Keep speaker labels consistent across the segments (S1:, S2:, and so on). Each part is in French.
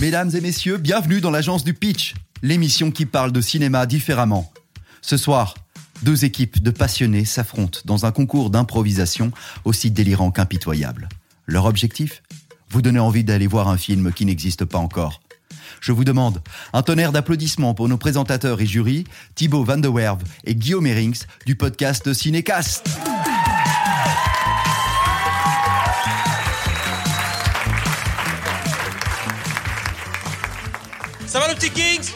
S1: Mesdames et messieurs, bienvenue dans l'agence du Pitch, l'émission qui parle de cinéma différemment. Ce soir, deux équipes de passionnés s'affrontent dans un concours d'improvisation aussi délirant qu'impitoyable. Leur objectif Vous donner envie d'aller voir un film qui n'existe pas encore. Je vous demande un tonnerre d'applaudissements pour nos présentateurs et jurys, Thibaut Van de Werve et Guillaume Erings du podcast Cinécast.
S2: Ça va le petit Kings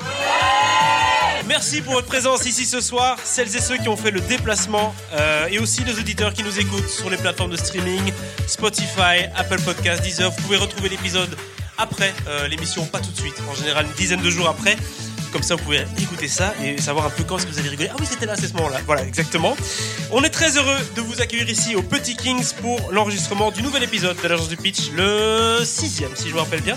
S2: Merci pour votre présence ici ce soir, celles et ceux qui ont fait le déplacement, euh, et aussi nos auditeurs qui nous écoutent sur les plateformes de streaming, Spotify, Apple Podcasts, Deezer. Vous pouvez retrouver l'épisode après euh, l'émission, pas tout de suite, en général une dizaine de jours après. Comme ça, vous pouvez écouter ça et savoir un peu quand est-ce que vous allez rigoler. Ah oui, c'était là, c'est ce moment-là. Voilà, exactement. On est très heureux de vous accueillir ici au Petit Kings pour l'enregistrement du nouvel épisode de l'Agence du Pitch, le sixième, si je me rappelle bien.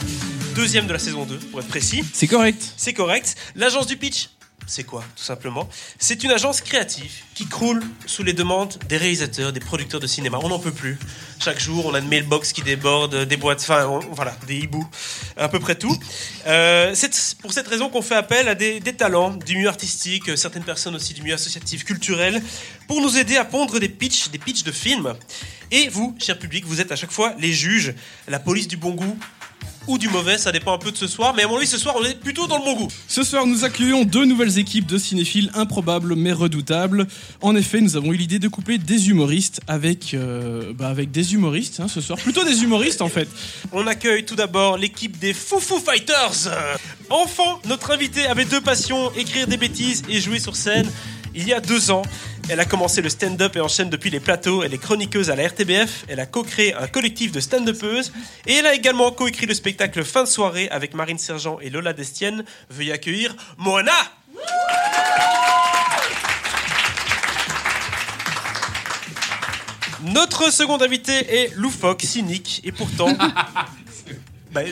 S2: Deuxième de la saison 2, pour être précis.
S3: C'est correct.
S2: C'est correct. L'agence du pitch, c'est quoi, tout simplement C'est une agence créative qui croule sous les demandes des réalisateurs, des producteurs de cinéma. On n'en peut plus. Chaque jour, on a une mailbox qui déborde, euh, des boîtes, enfin, on- voilà, des hiboux, à peu près tout. Euh, c'est pour cette raison qu'on fait appel à des, des talents du milieu artistique, euh, certaines personnes aussi du milieu associatif, culturel, pour nous aider à pondre des pitchs, des pitchs de films. Et vous, cher public, vous êtes à chaque fois les juges, la police du bon goût ou du mauvais, ça dépend un peu de ce soir, mais à mon avis, ce soir, on est plutôt dans le bon goût.
S3: Ce soir, nous accueillons deux nouvelles équipes de cinéphiles improbables mais redoutables. En effet, nous avons eu l'idée de coupler des humoristes avec, euh, bah, avec des humoristes hein, ce soir. Plutôt des humoristes en fait.
S2: On accueille tout d'abord l'équipe des Foufou Fighters. Euh, Enfant, notre invitée avait deux passions, écrire des bêtises et jouer sur scène. Il y a deux ans, elle a commencé le stand-up et enchaîne depuis les plateaux. Elle est chroniqueuse à la RTBF. Elle a co-créé un collectif de stand-upeuses. Et elle a également co-écrit le spectacle Fin de soirée avec Marine Sergent et Lola Destienne. Veuillez accueillir Moana Notre second invité est loufoque, cynique et pourtant... Bah, je-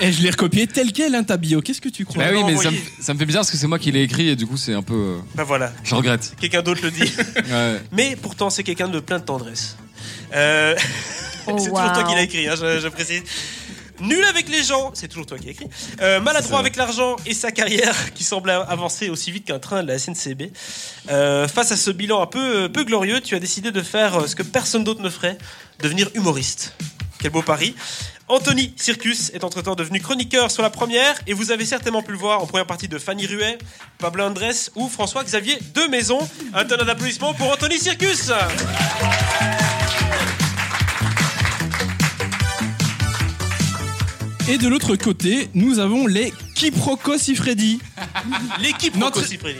S3: Et Eh, je l'ai recopié tel quel, hein, ta bio. Qu'est-ce que tu crois
S4: Bah
S2: On
S4: oui,
S2: l'a
S4: mais ça me,
S2: envoyé.
S4: ça me fait bizarre parce que c'est moi qui l'ai écrit et du coup c'est un peu. euh,
S2: bah voilà,
S4: je regrette.
S2: quelqu'un d'autre le dit.
S4: Ouais.
S2: Mais pourtant, c'est quelqu'un de plein de tendresse. Euh,
S5: Oh,
S2: c'est toujours toi
S5: wow.
S2: qui l'as écrit, hein, je, je précise. Nul avec les gens, c'est toujours toi qui l'as écrit. Euh, maladroit avec l'argent et sa carrière qui semble avancer aussi vite qu'un train de la SNCB. Euh, face à ce bilan un peu, peu glorieux, tu as décidé de faire euh, ce que personne d'autre ne ferait, devenir humoriste. Quel beau pari. Anthony Circus est entre-temps devenu chroniqueur sur la première et vous avez certainement pu le voir en première partie de Fanny Ruet, Pablo Andrés ou François-Xavier de Maison. Un tonnerre d'applaudissements pour Anthony Circus
S3: Et de l'autre côté, nous avons les Quiproquos Freddy.
S2: L'équipe
S3: Notre-
S2: Rocco Siffredi.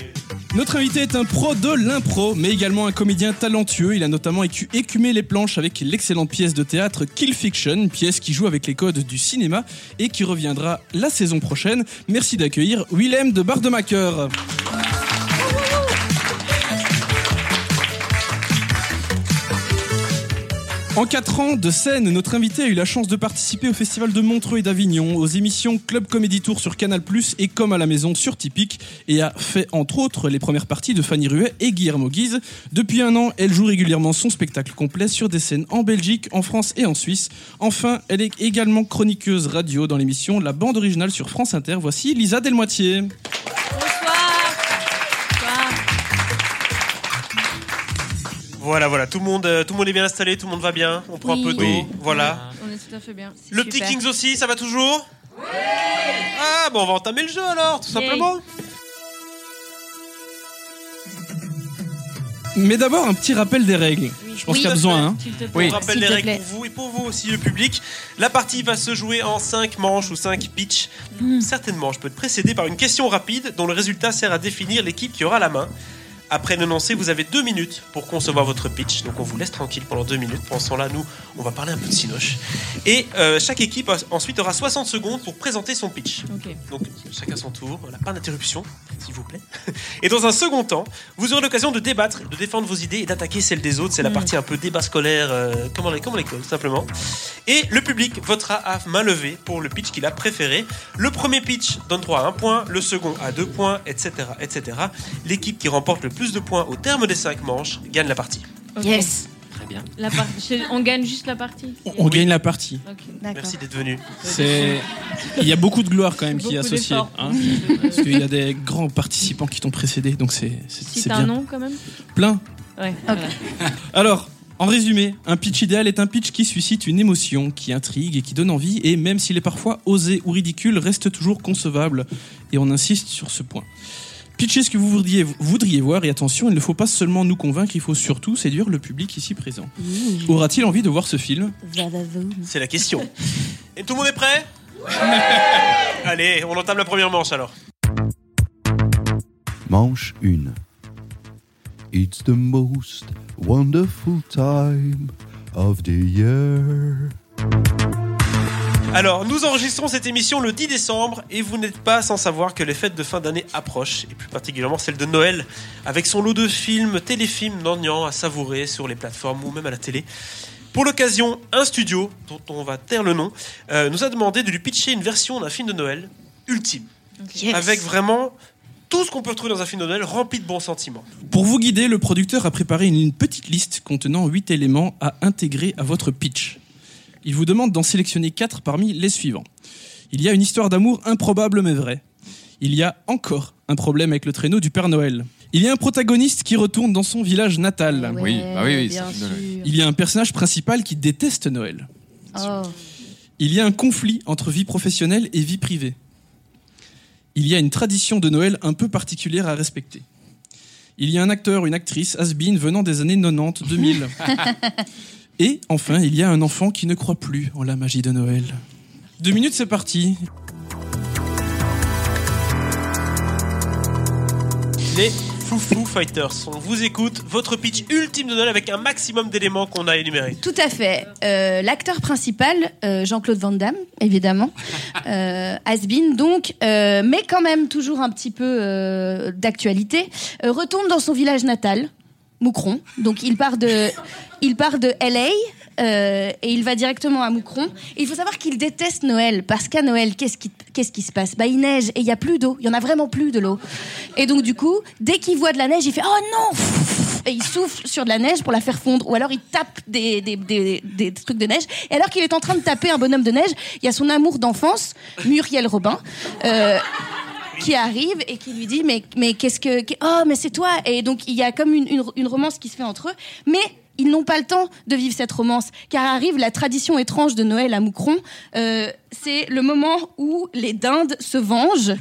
S3: Notre invité est un pro de l'impro, mais également un comédien talentueux. Il a notamment écu- écumé les planches avec l'excellente pièce de théâtre Kill Fiction, pièce qui joue avec les codes du cinéma et qui reviendra la saison prochaine. Merci d'accueillir Willem de Bardemacher. En 4 ans de scène, notre invité a eu la chance de participer au Festival de Montreux et d'Avignon, aux émissions Club Comédie Tour sur Canal+, et Comme à la maison sur Typique, et a fait entre autres les premières parties de Fanny Ruet et Guillermo Guise. Depuis un an, elle joue régulièrement son spectacle complet sur des scènes en Belgique, en France et en Suisse. Enfin, elle est également chroniqueuse radio dans l'émission La Bande Originale sur France Inter. Voici Lisa Delmoitier.
S5: Bonsoir. Bonsoir.
S2: Voilà, voilà, tout le, monde, euh, tout le monde est bien installé, tout le monde va bien, on prend un peu d'eau,
S5: Oui.
S2: voilà.
S5: On est tout à fait bien. C'est
S2: Le
S5: super.
S2: petit Kings aussi, ça va toujours Oui Ah, bon, on va entamer le jeu alors, tout
S5: Yay.
S2: simplement.
S3: Mais d'abord, un petit rappel des règles.
S5: Oui.
S3: Je pense
S5: Oui.
S3: qu'il y a besoin. hein.
S5: S'il te plaît.
S4: Oui.
S2: On rappelle
S5: S'il
S2: les
S5: te
S2: règles
S5: plaît.
S2: pour vous et pour vous aussi, le public. La partie va se jouer en 5 manches ou 5 pitchs.
S5: Hmm.
S2: Certainement, je peux te précéder par une question rapide dont le résultat sert à définir l'équipe qui aura la main. Après l'énoncé, vous avez 2 minutes pour concevoir votre pitch. Donc on vous laisse tranquille pendant 2 minutes. Pendant ce temps-là, nous, on va parler un peu de Sinoche. Et euh, chaque équipe a- ensuite aura 60 secondes pour présenter son pitch.
S5: Ok.
S2: Donc chacun son tour, voilà, pas d'interruption, s'il vous plaît. Et dans un second temps, vous aurez l'occasion de débattre, de défendre vos idées et d'attaquer celles des autres. C'est la
S5: Mm.
S2: partie un peu débat scolaire, euh, comme à comme à l'école, simplement. Et le public votera à main levée pour le pitch qu'il a préféré. Le premier pitch donne droit à un point, le second à deux points, etc. etc. L'équipe qui remporte le plus de points au terme des cinq manches gagne la partie.
S5: Ok.
S6: Yes.
S2: bien.
S5: La par- c'est- On gagne juste la partie.
S3: On, on gagne la partie.
S5: Ok.
S6: D'accord.
S2: Merci d'être venu.
S3: C'est, il y a beaucoup de gloire quand même qui est
S5: Beaucoup
S3: associée.
S5: d'efforts.
S3: hein. parce qu'il y a des grands participants qui t'ont précédé, donc c'est, c'est,
S5: Si
S3: c'est
S5: t'as un
S3: bien.
S5: nom quand même
S3: Plein.
S5: Ouais. voilà.
S3: Alors, en résumé, un pitch idéal est un pitch qui suscite une émotion, qui intrigue et qui donne envie, et même s'il est parfois osé ou ridicule, reste toujours concevable. Et on insiste sur ce point. Pitcher ce que vous voudriez, voudriez voir, et attention, il ne faut pas seulement nous convaincre, il faut surtout séduire le public ici présent.
S5: Mmh.
S3: Aura-t-il envie de voir ce film
S2: C'est la question. Et tout le monde est prêt Allez, on entame la première manche alors.
S1: Manche 1. It's the most wonderful time of the year.
S2: Alors, nous enregistrons cette émission le 10 décembre et vous n'êtes pas sans savoir que les fêtes de fin d'année approchent, et plus particulièrement celle de Noël, avec son lot de films, téléfilms n'ennuyants à savourer sur les plateformes ou même à la télé. Pour l'occasion, un studio, dont on va taire le nom, euh, nous a demandé de lui pitcher une version d'un film de Noël ultime,
S6: Yes.
S2: avec vraiment tout ce qu'on peut retrouver dans un film de Noël rempli de bons sentiments.
S3: Pour vous guider, le producteur a préparé une petite liste contenant 8 éléments à intégrer à votre pitch. Il vous demande d'en sélectionner 4 parmi les suivants. Il y a une histoire d'amour improbable mais vraie. Il y a encore un problème avec le traîneau du Père Noël. Il y a un protagoniste qui retourne dans son village
S5: Ah
S3: natal.
S4: Oui, bah oui, oui,
S6: bien
S4: c'est-
S6: sûr.
S3: Il y a un personnage principal qui déteste Noël.
S6: Oh.
S3: Il y a un conflit entre vie professionnelle et vie privée. Il y a une tradition de Noël un peu particulière à respecter. Il y a un acteur, une actrice, has-been venant des années 90, 2000. et enfin, il y a un enfant qui ne croit plus en la magie de Noël. Deux minutes, c'est parti.
S2: Les Foufou Fighters, on vous écoute, votre pitch ultime de Noël avec un maximum d'éléments qu'on a énumérés.
S6: Tout à fait. Euh, L'acteur principal, euh, Jean-Claude Van Damme, évidemment, euh, has been, donc, euh, mais quand même toujours un petit peu euh, d'actualité, euh, retourne dans son village natal, Moucron. Donc il part de, il part de LA. euh, et il va directement à Moucron. Et il faut savoir qu'il déteste Noël, parce qu'à Noël, qu'est-ce qui, qu'est-ce qui se passe Bah, il neige et il n'y a plus d'eau. Il y en a vraiment plus de l'eau. Et donc, du coup, dès qu'il voit de la neige, il fait Oh non et il souffle sur de la neige pour la faire fondre. Ou alors il tape des, des, des- des trucs de neige. Et alors qu'il est en train de taper un bonhomme de neige, il y a son amour d'enfance, Muriel Robin. euh, qui arrive et qui lui dit mais mais qu'est-ce que qu'est- oh mais c'est toi et donc il y a comme une, une, une romance qui se fait entre eux mais ils n'ont pas le temps de vivre cette romance car arrive la tradition étrange de Noël à Moucron Euh, c'est le moment où les dindes se vengent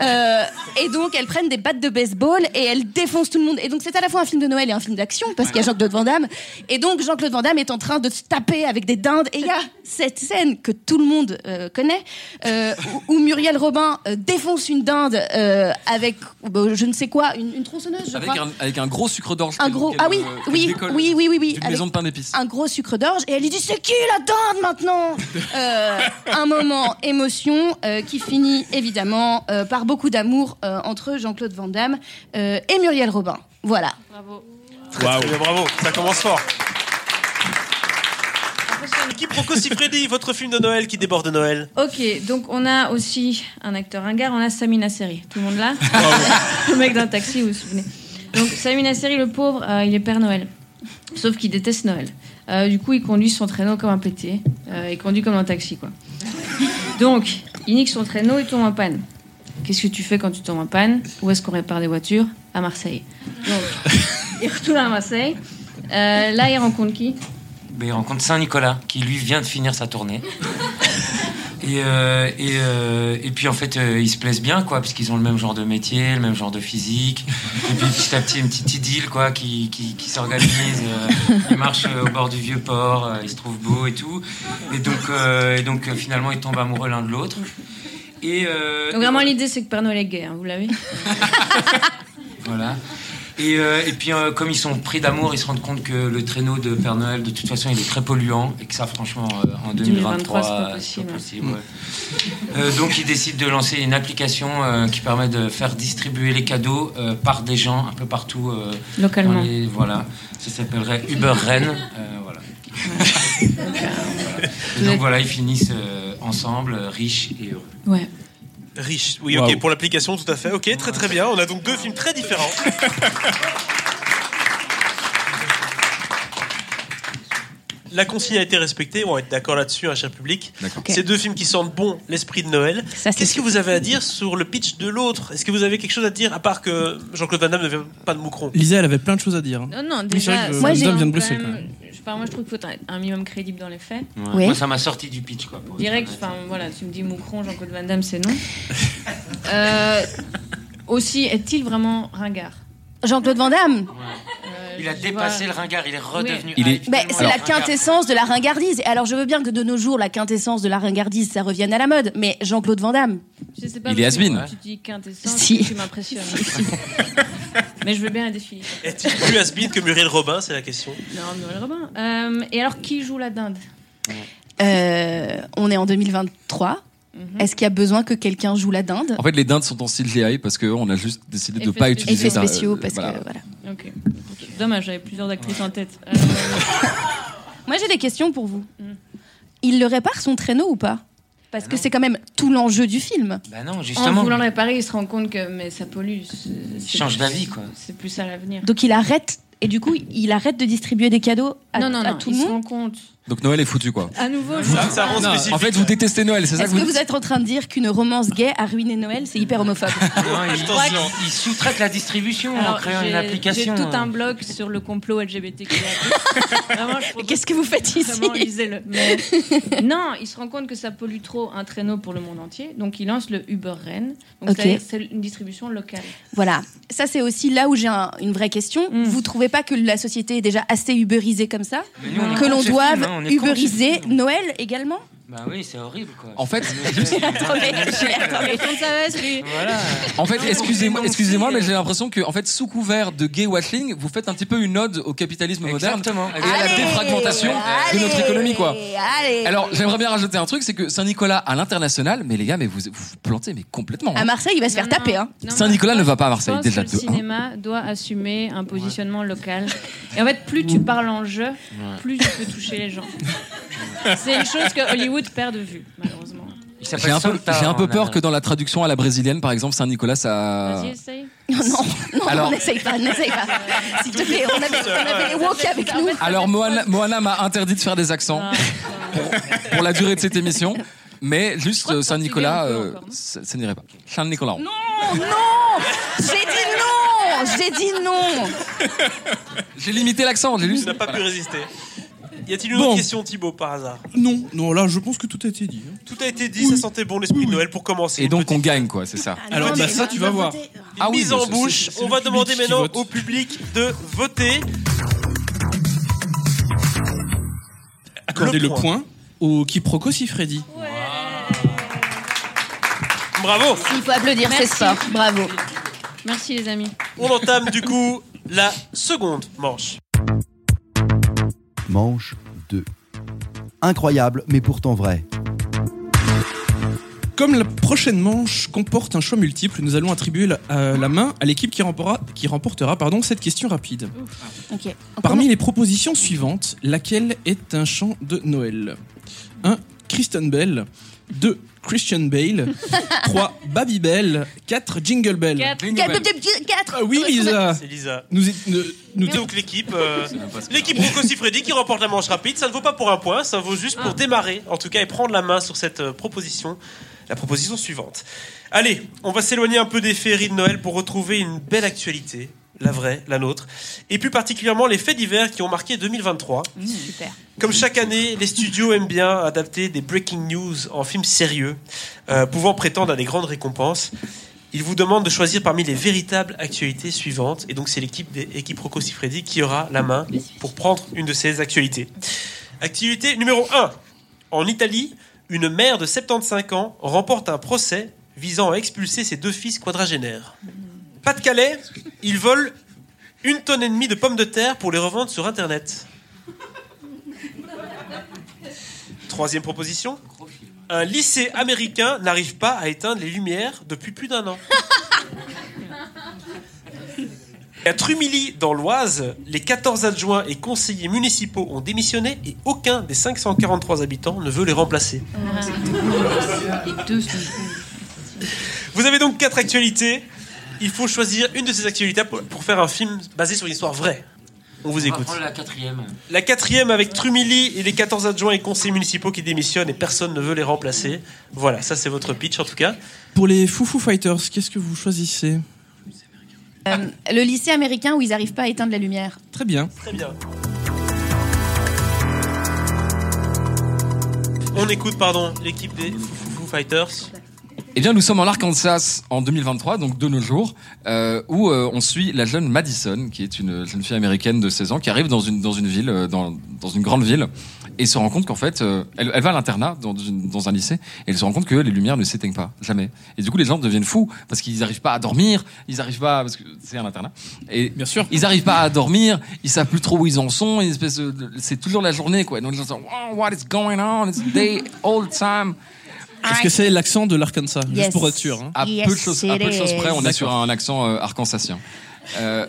S6: Euh, et donc elles prennent des battes de baseball et elles défoncent tout le monde et donc c'est à la fois un film de Noël et un film d'action parce qu'il y a Jean-Claude Van Damme et donc Jean-Claude Van Damme est en train de se taper avec des dindes et il y a cette scène que tout le monde euh, connaît euh, où, où Muriel Robin euh, défonce une dinde euh, avec bah, je ne sais quoi, une, une tronçonneuse, je
S4: Avec
S6: crois.
S4: un, avec un gros sucre d'orge.
S6: Un
S4: qu'elle-
S6: gros.
S4: qu'elle,
S6: Ah oui,
S4: euh, qu'elle
S6: oui,
S4: décolle
S6: oui, oui, oui, oui.
S4: D'une
S6: avec
S4: maison de pain d'épices.
S6: Un gros sucre d'orge et elle lui dit c'est qui la dinde maintenant Euh, Un moment émotion euh, qui finit évidemment euh, par beaucoup d'amour euh, entre Jean-Claude Van Damme euh, et Muriel Robin. Voilà.
S5: Bravo.
S2: Très, très bien, bravo, ça commence fort. Quiproquo Sifredi, votre film de Noël qui déborde de Noël.
S5: Ok, donc on a aussi un acteur ringard, on a Samina Seri. Tout le monde là Le mec d'un taxi, vous vous souvenez. Donc Samina Seri, le pauvre, euh, il est Père Noël. Sauf qu'il déteste Noël. Euh, du coup, il conduit son traîneau comme un pété. Euh, il conduit comme un taxi, quoi. Donc, il nique son traîneau et tombe en panne. Qu'est-ce que tu fais quand tu tombes en panne Où est-ce qu'on répare des voitures À Marseille. Donc, il retourne à Marseille. Euh, là, il rencontre qui
S7: Ben, il rencontre Saint-Nicolas, qui lui vient de finir sa tournée. et, euh, et, euh, et puis en fait, euh, ils se plaisent bien, quoi, parce qu'ils ont le même genre de métier, le même genre de physique. Et puis petit à petit, une petite idylle, quoi, qui, qui, qui s'organise. euh, ils marchent euh, au bord du vieux port, euh, ils se trouvent beaux et tout. Et donc, euh, et donc euh, finalement, ils tombent amoureux l'un de l'autre. Et, euh,
S5: Donc, vraiment, l'idée, c'est que Père Noël est gay, hein, vous l'avez
S7: Voilà. Et, euh, et puis, euh, comme ils sont pris d'amour, ils se rendent compte que le traîneau de Père Noël, de toute façon, il est très polluant et que ça, franchement, euh, en
S5: 2023,
S7: 2023,
S5: c'est pas
S7: euh,
S5: possible.
S7: ouais. Euh, donc, ils décident de lancer une application euh, qui permet de faire distribuer les cadeaux euh, par des gens un peu partout. euh, dans
S5: Localement.
S7: les- voilà. Ça s'appellerait Uber Rennes. euh, voilà. Et donc, voilà, ils finissent euh, ensemble, euh, riches et heureux.
S5: Ouais.
S2: Riche, oui,
S3: Waouh.
S2: ok, pour l'application, tout à fait. Ok, très très bien. On a donc deux films très différents. la consigne a été respectée, on va être d'accord là-dessus, un cher public.
S4: D'accord.
S6: Ok.
S2: Ces deux films qui sentent bon l'esprit de Noël.
S6: Ça, c'est
S2: Qu'est-ce que vous avez à dire sur le pitch de l'autre Est-ce que vous avez quelque chose à dire, à part que Jean-Claude Van Damme ne vient pas de Moucron
S3: Lisa, elle avait plein de choses à dire. hein.
S5: Non, non,
S3: c'est vrai
S5: déjà.
S3: que
S5: c'est
S6: Moi, j'ai-
S5: quand
S3: vient de Bruxelles, quand
S5: je sais pas, moi, je trouve qu'il faut être un minimum crédible dans les faits.
S7: Ouais.
S6: Ouais.
S7: Moi, ça m'a sorti du pitch, quoi. pour
S5: Direct,
S7: être
S5: enfin
S7: honnête.
S5: voilà, tu me dis Moucron, Jean-Claude Van Damme, c'est non. Euh, aussi, est-il vraiment ringard
S6: Jean-Claude Van Damme
S5: Euh,
S7: Il a
S5: je
S7: dépassé
S5: vois-
S7: le ringard, il est redevenu.
S4: Il est-
S7: Ah,
S6: Bah,
S7: finalement,
S6: c'est
S7: il
S6: la
S7: est ringard.
S6: quintessence de la ringardise. Et Alors je veux bien que de nos jours, la quintessence de la ringardise, ça revienne à la mode. Mais Jean-Claude Van Damme,
S5: je sais pas,
S4: Il est
S5: parce que
S4: has-been.
S5: Tu dis quintessence,
S6: Si.
S5: tu m'impressionnes. Mais je veux bien la défiler.
S2: Est-il plus has-been que Muriel Robin C'est la question.
S5: Non, Noël Robin. Euh, et alors, qui joue la dinde
S6: euh, on est en 2023.
S5: Mhm.
S6: Est-ce qu'il y a besoin que quelqu'un joue la dinde
S4: En fait, les dindes sont en style CGI parce qu'on a juste décidé de
S5: Effets
S4: pas
S5: spéciaux.
S4: utiliser
S6: Effets
S4: ça, euh,
S6: spéciaux, parce
S4: voilà.
S6: que voilà.
S5: Ok. Dommage, j'avais plusieurs actrices en tête. Euh,
S6: Moi, j'ai des questions pour vous.
S5: Mhm.
S6: Il le répare son traîneau ou pas Parce que
S7: Ah Non.
S6: c'est quand même tout l'enjeu du film.
S7: Bah non,
S5: en
S7: justement.
S5: voulant le réparer, il se rend compte que mais ça pollue. c'est- c'est-
S7: Change d'avis, quoi.
S5: C'est plus à l'avenir.
S6: Donc il arrête et du coup il arrête de distribuer des cadeaux à,
S5: Non, non,
S6: à
S5: non,
S6: tout
S5: il
S6: le
S5: se
S6: monde.
S5: rend compte.
S4: Donc Noël est foutu quoi.
S5: À nouveau, je-
S2: Ça, ça rend
S4: Non,
S2: spécifique.
S4: en fait, vous détestez Noël, c'est ça que
S6: Est-ce
S4: vous
S6: que vous êtes en train de dire qu'une romance gay a ruiné Noël C'est hyper homophobe.
S7: Non, il,
S2: Attention.
S7: il- il sous-traite la distribution en
S5: Alors,
S7: créant
S5: j'ai-
S7: une application. euh.
S5: J'ai tout
S6: hein.
S5: un blog sur le complot LGBTQIA. Vraiment, je
S6: Mais
S5: propose
S6: Qu'est-ce que vous faites
S5: vraiment,
S6: ici
S5: lisez-le. Mais- non, il se rend compte que ça pollue trop un traîneau pour le monde entier, donc il lance le Uber Rennes. Donc
S6: Ok.
S5: c'est-à-dire que c'est une distribution locale.
S6: Voilà, ça c'est aussi là où j'ai un- une vraie question.
S5: Mm.
S6: Vous trouvez pas que la société est déjà assez uberisée comme ça
S7: Mais nous, on est
S6: Que
S7: contre
S6: l'on
S7: ce film,
S6: doive
S7: hein, on est contre ce
S6: uberiser
S7: film.
S6: Noël également
S7: Bah oui, c'est horrible, quoi.
S4: En fait,
S7: Mais-
S4: juste-
S6: Attendez, attendez.
S7: Voilà.
S4: En fait,
S7: Non,
S4: excusez-moi,
S7: non,
S4: excusez-moi,
S7: si,
S4: mais
S7: euh,
S4: j'ai l'impression que, en fait, sous couvert de gay washing, vous faites un petit peu une ode au capitalisme moderne.
S7: Exactement.
S4: Et à la
S6: Allez,
S4: défragmentation de notre économie, quoi.
S6: Allez.
S4: Alors, j'aimerais bien rajouter un truc, c'est que Saint-Nicolas à l'international, mais les gars, mais vous vous, vous plantez, mais complètement. hein.
S6: à Marseille, il va se faire
S5: Ah, Non,
S6: taper.
S5: non,
S6: Hein.
S5: non,
S4: Saint-Nicolas
S5: moi,
S4: ne va pas à
S5: Je
S4: Marseille,
S5: pense
S4: déjà hein.
S5: que
S4: de
S5: le
S4: un.
S5: cinéma doit assumer un positionnement local. Et en fait, plus tu parles en jeu, plus tu peux toucher les gens. C'est une chose que Hollywood perd de vue, malheureusement.
S7: Il s'appelle
S4: J'ai un peu,
S7: Santa
S4: j'ai un peu
S7: en
S4: peur
S7: arabe.
S4: que dans la traduction à la brésilienne, par exemple, Saint-Nicolas, ça.
S5: Vas-y, essaye.
S6: Non, non,
S4: Alors-
S6: non, n'essaye pas, n'essaye pas. S'il te plaît, on avait, on avait les woke avec nous.
S4: Alors, Moana, Moana m'a interdit de faire des accents
S5: Ah, putain.
S4: pour la durée de cette émission, mais juste
S5: crois que
S4: euh, Saint-Nicolas,
S5: portugais, on peut
S4: euh,
S5: encore, non
S4: ça, ça n'irait pas. Saint-Nicolas.
S6: Non, non J'ai dit non J'ai dit non
S4: J'ai limité l'accent, j'ai
S2: Tu
S4: juste.
S2: n'as pas pu résister. Y a-t-il une
S3: Bon.
S2: autre question, Thibaut, par hasard
S3: Non, non, là, je pense que tout a été dit. hein.
S2: Tout a été dit, ça sentait bon l'esprit de Noël pour commencer.
S4: Et donc, on gagne, quoi, c'est ça.
S3: Alors, bah, ça, tu vas voir.
S4: Ah oui,
S2: mise
S4: mais
S2: en
S4: c'est-
S2: bouche.
S3: c'est- c'est
S2: on
S3: le
S2: va
S3: public
S2: demander
S3: qui
S2: maintenant
S3: vote.
S2: au public de voter.
S3: Accordez
S2: Le
S3: le
S2: point.
S3: point au quiproquo si Freddy.
S2: Bravo.
S6: Il faut applaudir, c'est
S5: Merci.
S6: sport. Bravo.
S5: Merci les amis.
S2: On entame du coup la seconde manche.
S1: Manche 2. Incroyable, mais pourtant vrai.
S3: Comme la prochaine manche comporte un choix multiple, nous allons attribuer la, euh, la main à l'équipe qui remportera, qui remportera pardon, cette question rapide.
S6: Ok.
S3: Parmi les propositions suivantes, laquelle est un chant de Noël 1. Kristen Bell 2. Christian Bale 3. Baby Bell 4. Jingle Bell
S5: Quatre.
S6: Quatre, deux, deux, quatre.
S3: Ah oui Lisa
S2: C'est Lisa.
S3: Nous, est- ne- nous
S2: Et
S3: t'es-
S2: donc l'équipe, euh, l'équipe Rocco Siffredi qui remporte la manche rapide, ça ne vaut pas pour un point, ça vaut juste pour démarrer, en tout cas, et prendre la main sur cette euh, proposition, la proposition suivante. Allez, on va s'éloigner un peu des féeries de Noël pour retrouver une belle actualité, la vraie, la nôtre, et plus particulièrement les faits divers qui ont marqué 2023.
S6: Super.
S2: Comme chaque année, les studios aiment bien adapter des breaking news en films sérieux, euh, pouvant prétendre à des grandes récompenses. Ils vous demandent de choisir parmi les véritables actualités suivantes, et donc c'est l'équipe des équipes Rocco Siffredi qui aura la main pour prendre une de ces actualités. Actualité numéro 1. En Italie, une mère de 75 ans remporte un procès visant à expulser ses deux fils quadragénaires. Pas-de-Calais, ils volent une tonne et demie de pommes de terre pour les revendre sur Internet. Troisième proposition. Un lycée américain n'arrive pas à éteindre les lumières depuis plus d'un an. À Trumilly, dans l'Oise, les 14 adjoints et conseillers municipaux ont démissionné et aucun des 543 habitants ne veut les remplacer.
S5: Et deux sont
S2: Vous avez donc quatre actualités. Il faut choisir une de ces actualités pour, pour faire un film basé sur une histoire vraie. On vous
S7: On va
S2: écoute.
S7: prendre la quatrième.
S2: La quatrième avec Trumilly et les 14 adjoints et conseillers municipaux qui démissionnent et personne ne veut les remplacer. Voilà, ça c'est votre pitch en tout cas.
S3: Pour les Foufou Fighters, qu'est-ce que vous choisissez
S6: Euh, Le lycée américain où ils n'arrivent pas à éteindre la lumière.
S3: Très bien.
S2: Très bien. On écoute, pardon, l'équipe des Foo Fighters.
S4: Eh bien, nous sommes en Arkansas en 2023, donc de nos jours, euh, où euh, on suit la jeune Madison, qui est une jeune fille américaine de 16 ans, qui arrive dans une, dans une ville, euh, dans, dans une grande ville, et se rend compte qu'en fait, euh, elle, elle va à l'internat dans, une- dans un lycée, et elle se rend compte que les lumières ne s'éteignent pas, jamais. Et du coup, les gens deviennent fous, parce qu'ils n'arrivent pas à dormir, ils n'arrivent pas, parce que c'est un internat, et
S3: Bien sûr.
S4: ils n'arrivent pas à dormir, ils savent plus trop où ils en sont, une espèce de- de- c'est toujours la journée, quoi. Et donc, les gens sont, wow, what is going on? It's day, all time.
S3: Parce que c'est l'accent de l'Arkansas, juste
S6: Ah, Yes.
S3: pour être sûr. hein.
S4: À
S6: Yes,
S4: peu de choses, à peu de
S6: it
S4: choses près, on est
S3: is.
S4: sur un accent euh, arkansasien. Euh,